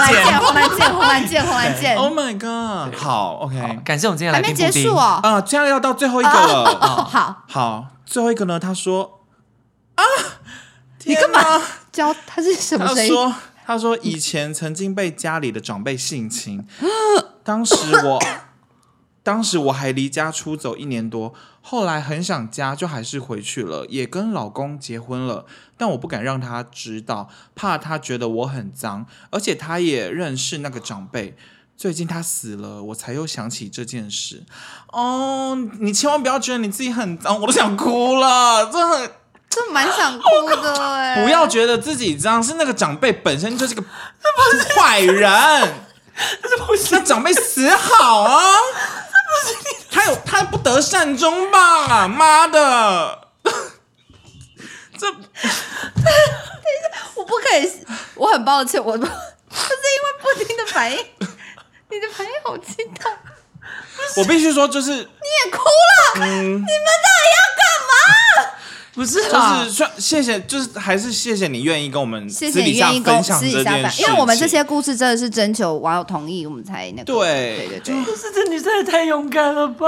S2: 蓝
S3: 键
S2: 键，。红蓝键，红蓝键，红蓝键，
S1: Oh my god！好，OK，
S3: 感谢我们今天
S2: 还
S3: 来
S2: 没
S3: 宾
S2: 结
S3: 布丁
S2: 束哦。
S1: 啊，这样要到最后一个了。
S2: 哦，好，
S1: 好，最后一个呢？他说啊，你干
S2: 嘛？教他是什么
S1: 他
S2: 声音？
S1: 说：“他说以前曾经被家里的长辈性侵， 当时我， 当时我还离家出走一年多，后来很想家，就还是回去了，也跟老公结婚了，但我不敢让他知道，怕他觉得我很脏，而且他也认识那个长辈。”最近他死了，我才又想起这件事。哦，你千万不要觉得你自己很脏，我都想哭了，这很
S2: 这蛮想哭的哎、
S1: 不要觉得自己脏，是那个长辈本身就是个坏 人。那长辈死好啊！他有他不得善终吧、妈的，这
S2: 我不可以，我很抱歉，我不 就是因为布丁的反应， 你的反应好激动，你
S1: 我必须说，就是嗯
S2: 也哭了，你们到底要干嘛？
S3: 不是啦，
S1: 就是算谢谢，就是还是谢谢你愿意跟我们
S2: 谢
S1: 私
S2: 谢
S1: 底
S2: 你
S1: 下
S2: 愿意跟我
S1: 分享
S2: 私
S1: 这
S2: 底下
S1: 件
S2: 分
S1: 事，情，
S2: 因为我们这些故事真的是征求网友同意，我们才那个。
S1: 对
S2: 对对对，
S3: 哎不是这女生也太勇敢了吧？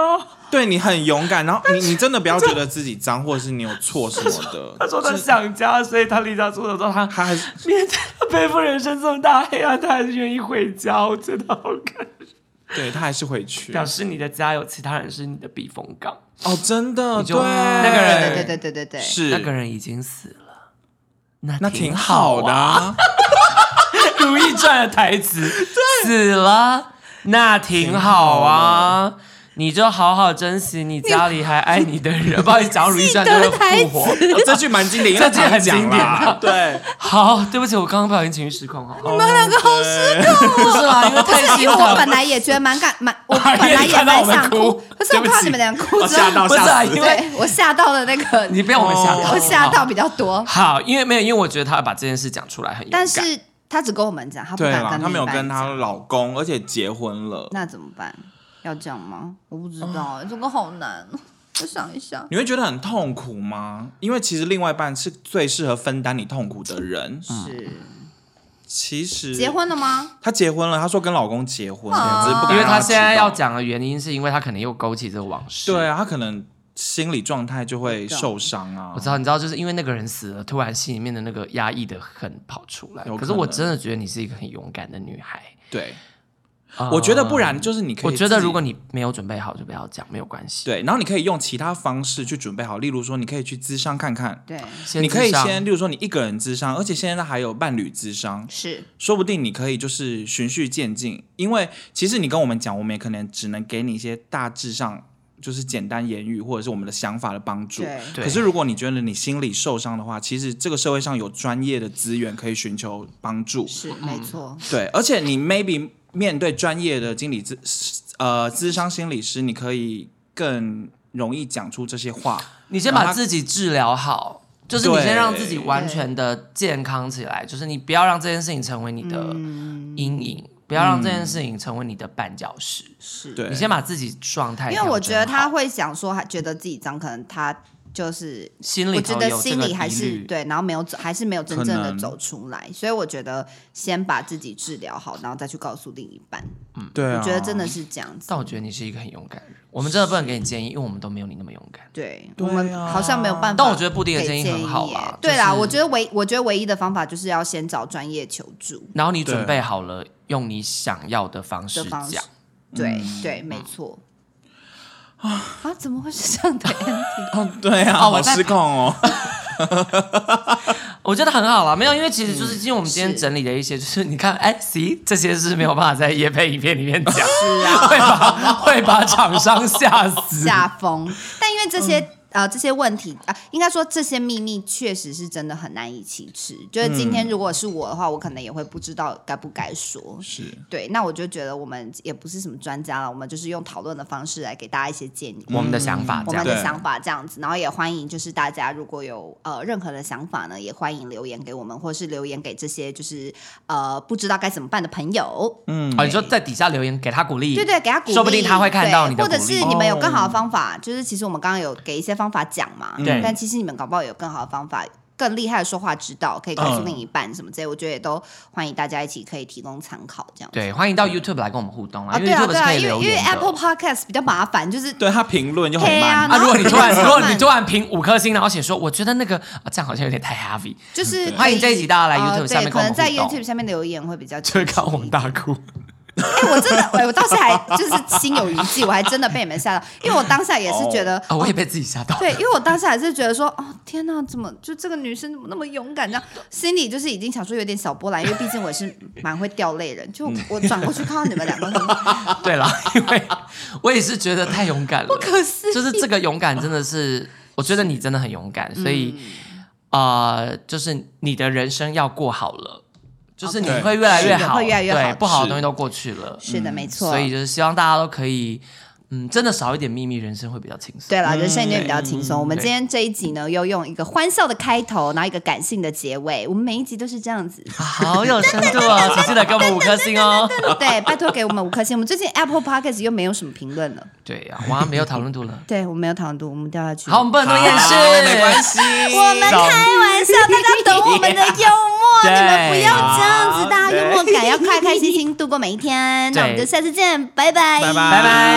S1: 对你很勇敢，然后你你真的不要觉得自己脏，或者是你有错什么的。
S3: 她说她想家，所以她离家出走之 后，她
S1: 他还是
S3: 面对她背负人生这么大黑暗，她还是愿意回家，我觉得好感人。
S1: 对他还是回去
S3: 表示你的家有其他人是你的避风港，
S1: 哦，真的
S3: 你
S1: 对
S3: 就那个人
S2: 对对对对对，
S1: 是
S3: 那个人已经死了，那
S1: 那
S3: 挺
S1: 挺好 的、
S3: 啊。
S1: 啊，
S3: 《如懿传》的台词，死了那挺好啊。你就好好珍惜你家里还爱你的 人，不好意思，讲《如懿传》就会复活。
S1: 哦这句蛮经 典，因为
S3: 这句很
S1: 他讲
S3: 经典
S1: 啦
S3: 啊
S1: 对，
S3: 好，对不起，我刚刚不小心情绪失控哦哈。
S1: 我们两个好失
S3: 不是啦，因为
S2: 不是啊
S3: 太心
S2: 因为我本
S3: 疼。
S2: 来也觉得蛮感蛮，我
S3: 因为
S2: 本来也
S3: 看
S2: 蛮
S3: 到我们
S2: 想哭
S3: 哭，
S2: 可是我
S3: 对不
S2: 看到
S3: 起
S2: 你们两个哭之
S1: 吓
S2: 后，
S1: 到
S3: 不是啊
S1: 吓
S3: 因
S1: 死，
S3: 为
S2: 对我吓到了那个，
S3: 你被我们
S1: 哦
S3: 吓到，
S2: 我吓到比较多，
S3: 好，因为没有，因为我觉得他把这件事讲出来很勇敢。
S2: 但是他只跟我们讲，他不
S1: 对
S2: 敢
S1: 啦，
S2: 跟
S1: 她没有
S2: 另一
S1: 跟
S2: 半
S1: 她
S2: 讲，
S1: 老公，而且结婚了，
S2: 那怎么办？要讲吗？我不知
S3: 啊
S2: 道，哎这个好难，哦我想一想。
S1: 你会觉得很痛苦吗？因为其实另外一半是最适合分担你痛苦的人。
S3: 嗯
S2: 是
S1: 其实
S2: 结，婚了吗？
S1: 她结婚了，她说跟老公结婚，
S2: 啊
S1: 只是不敢
S3: 哦因为
S1: 让她
S3: 他现在
S1: 知道
S3: 要讲的原因，是因为他可能又勾起这个往事。
S1: 对啊，他可能心理状态就会受伤啊。
S3: 我知道，你知道，就是因为那个人死了，突然心里面的那个压抑的恨跑出来。
S1: 有可
S3: 可是我
S1: 能
S3: 真的觉得你是一个很勇敢的女孩。
S1: 对，
S3: 呃
S1: 我觉得不，然就是你可以
S3: 我
S1: 自己，
S3: 觉得如果你没有准备好，就不要讲，没有关系。
S1: 对，然后你可以用其他方式去准备好，例如说你可以去咨商看看，
S2: 对，
S3: 先
S1: 你可以
S3: 自伤
S1: 先，例如说你一个人咨商，而且现在还有伴侣咨商，
S2: 是
S1: 说不定你可以就是循序渐进，因为其实你跟我们讲，我们也可能只能给你一些大致上。就是简单言语或者是我们的想法的帮助
S2: 对，
S3: 对
S1: 可是如果你觉得你心理受伤的话，其实这个社会上有专业的资源可以寻求帮助。
S2: 是
S3: 嗯
S2: 没错，
S1: 对，而且你 maybe 面对专业的经理咨呃咨商心理师，你可以更容易讲出这些话。
S3: 你先
S1: 然后他
S3: 把自己治疗好，就是你先让自己
S1: 对嗯
S3: 完全的健康起来，就是你不要让这件事情成为你的
S2: 嗯
S3: 阴影，不要让这件事情成为你的绊脚石。
S2: 是。
S1: 对，
S3: 你先把自己状态调
S2: 因
S3: 整好，
S2: 为我觉得他会想说，他觉得自己脏，可能他就是
S3: 心里
S2: 我觉
S3: 头有
S2: 得
S3: 这个
S2: 心里还
S3: 疑
S2: 是
S3: 虑
S2: 对，然后没有走，还是没有真正
S1: 可
S2: 的
S1: 能
S2: 走出来，所以我觉得先把自己治疗好，然后再去告诉另一半。
S1: 对啊，
S2: 我觉得真的是这样子。
S3: 但我觉得你是一个很勇敢的人，我们真的不能给你建议，因为我们都没有你那么勇敢。
S2: 对，
S1: 对啊
S2: 我们好像没有办法。
S3: 但我觉得布丁的
S2: 建
S3: 建议很好啦
S2: 耶对啦，
S3: 就是
S2: 我觉得唯我觉得唯一的方法就是要先找专业求助
S3: 然后你准备好了，用你想要的方
S2: 的
S3: 式
S2: 方式
S3: 讲。。嗯
S2: 对对，没错。啊怎么会是这样的 ending？
S1: 哦，对啊，
S3: 哦
S1: 好
S3: 我在
S1: 失控哦。
S3: 我觉得很好啦，没有，因为其实就是因为我们今天整理的一些，
S2: 嗯
S3: 就是你看，哎，see 这些是没有办法在夜配影片里面讲，
S2: 是啊，
S3: 会把会把厂商吓 死。
S2: 下风。但因为这些、
S3: 嗯
S2: 呃这些问题啊、应该说这些秘密确实是真的很难以启齿。就是今
S3: 嗯
S2: 天如果是我的话，我可能也会不知道该不该说。
S1: 是，
S2: 对，那我就觉得我们也不是什么专家了，我们就是用讨论的方式来给大家一些建议。
S3: 我们的想法
S2: 嗯我
S3: 这
S2: 们
S3: 样，
S2: 的
S1: 对
S2: 想法这样子，然后也欢迎就是大家如果有呃任何的想法呢，也欢迎留言给我们，或是留言给这些就是呃不知道该怎么办的朋友。
S3: 哦，你说在底下留言给他鼓励，
S2: 对对，给他鼓励，
S3: 说不定他会看到你的
S2: 对
S3: 鼓
S2: 或
S3: 励，
S2: 者是你们有更好的方法，就是其实我们刚刚有给一些方法讲嘛，
S3: 对
S2: 但其实你们搞不好有更好的方法。更厉害的说话之道，可以告诉
S1: 嗯
S2: 另一半什么之类，我觉得也都欢迎大家一起可以提供参考这样。
S3: 对，欢迎到 YouTube 来跟我们互动啦，
S2: 啊，
S3: 因
S2: 对
S3: 为
S2: 啊，
S3: YouTube
S2: 对
S3: 是
S2: 啊，
S3: 可以
S2: 因为
S3: 留
S2: 因为
S3: 言的
S2: Apple。Podcast 比较麻烦，就是
S1: 对他评论就很
S2: 对啊
S1: 慢，
S2: 然
S3: 啊！
S2: 后
S3: 如果你突然，
S2: 就
S3: 如
S2: 是
S3: 果
S2: 慢
S3: 你突然评五颗星，然后写说我觉得那个啊，这样好像有点太 heavy，
S2: 就是可以
S3: 欢迎这一集大家来
S2: 呃
S3: YouTube
S2: 对
S3: 上面跟
S2: 可
S3: 我
S2: 能
S3: 们
S2: 在
S3: 互动
S2: YouTube 下面留言会比较
S3: 就
S2: 清
S3: 会
S2: 楚
S3: 看我们大哭。
S2: 哎、我真的，我我到现在还就是心有余悸，我还真的被你们吓到，因为我当下也是觉得，
S3: 啊，我也被自己吓 到。
S2: 对，因为我当时还是觉得说，哦天哪，怎么就这个女生怎么那么勇敢？这样心里就是已经想说有点小波澜，因为毕竟我是蛮会掉泪人。
S3: 嗯
S2: 就我转过去看到你们两个，
S3: 对啦，因为我也是觉得太勇敢了，不
S2: 可思议
S3: 就是这个勇敢真的是，我觉得你真的很勇敢，所以
S2: 嗯
S3: 呃，就是你的人生要过好了，就是你
S1: OK
S3: 会越来越
S2: 是的
S3: 好，
S2: 会越来越好
S3: 对，不好的
S1: 是
S3: 东西都过去了，
S2: 是的，没错，
S3: 所以就是希望大家都可以嗯，真的少一点秘密，人生会比较轻松。
S2: 对了，人生一定比
S3: 嗯
S2: 较轻松。我们今天这一集呢，又用一个欢笑的开头，然后一个感性的结尾。我们每一集都是这样子。
S3: 好有深度哦，请记得给我们五颗星哦。
S2: 对，拜托给我们五颗星。我们最近 Apple Podcast 又没有什么评论了。
S3: 对呀、哇，没有讨论度了。
S2: 对，我们没有糖度，我们掉下去。
S3: 好，我们不能多掩饰，
S1: 没关系，
S2: 我们开玩笑，大家懂我们的幽 默，你
S3: 对
S2: 们不要这样子，大家幽默感要开开心心度过每一天。那我们就下次见，拜拜，
S1: 拜拜
S3: 拜拜。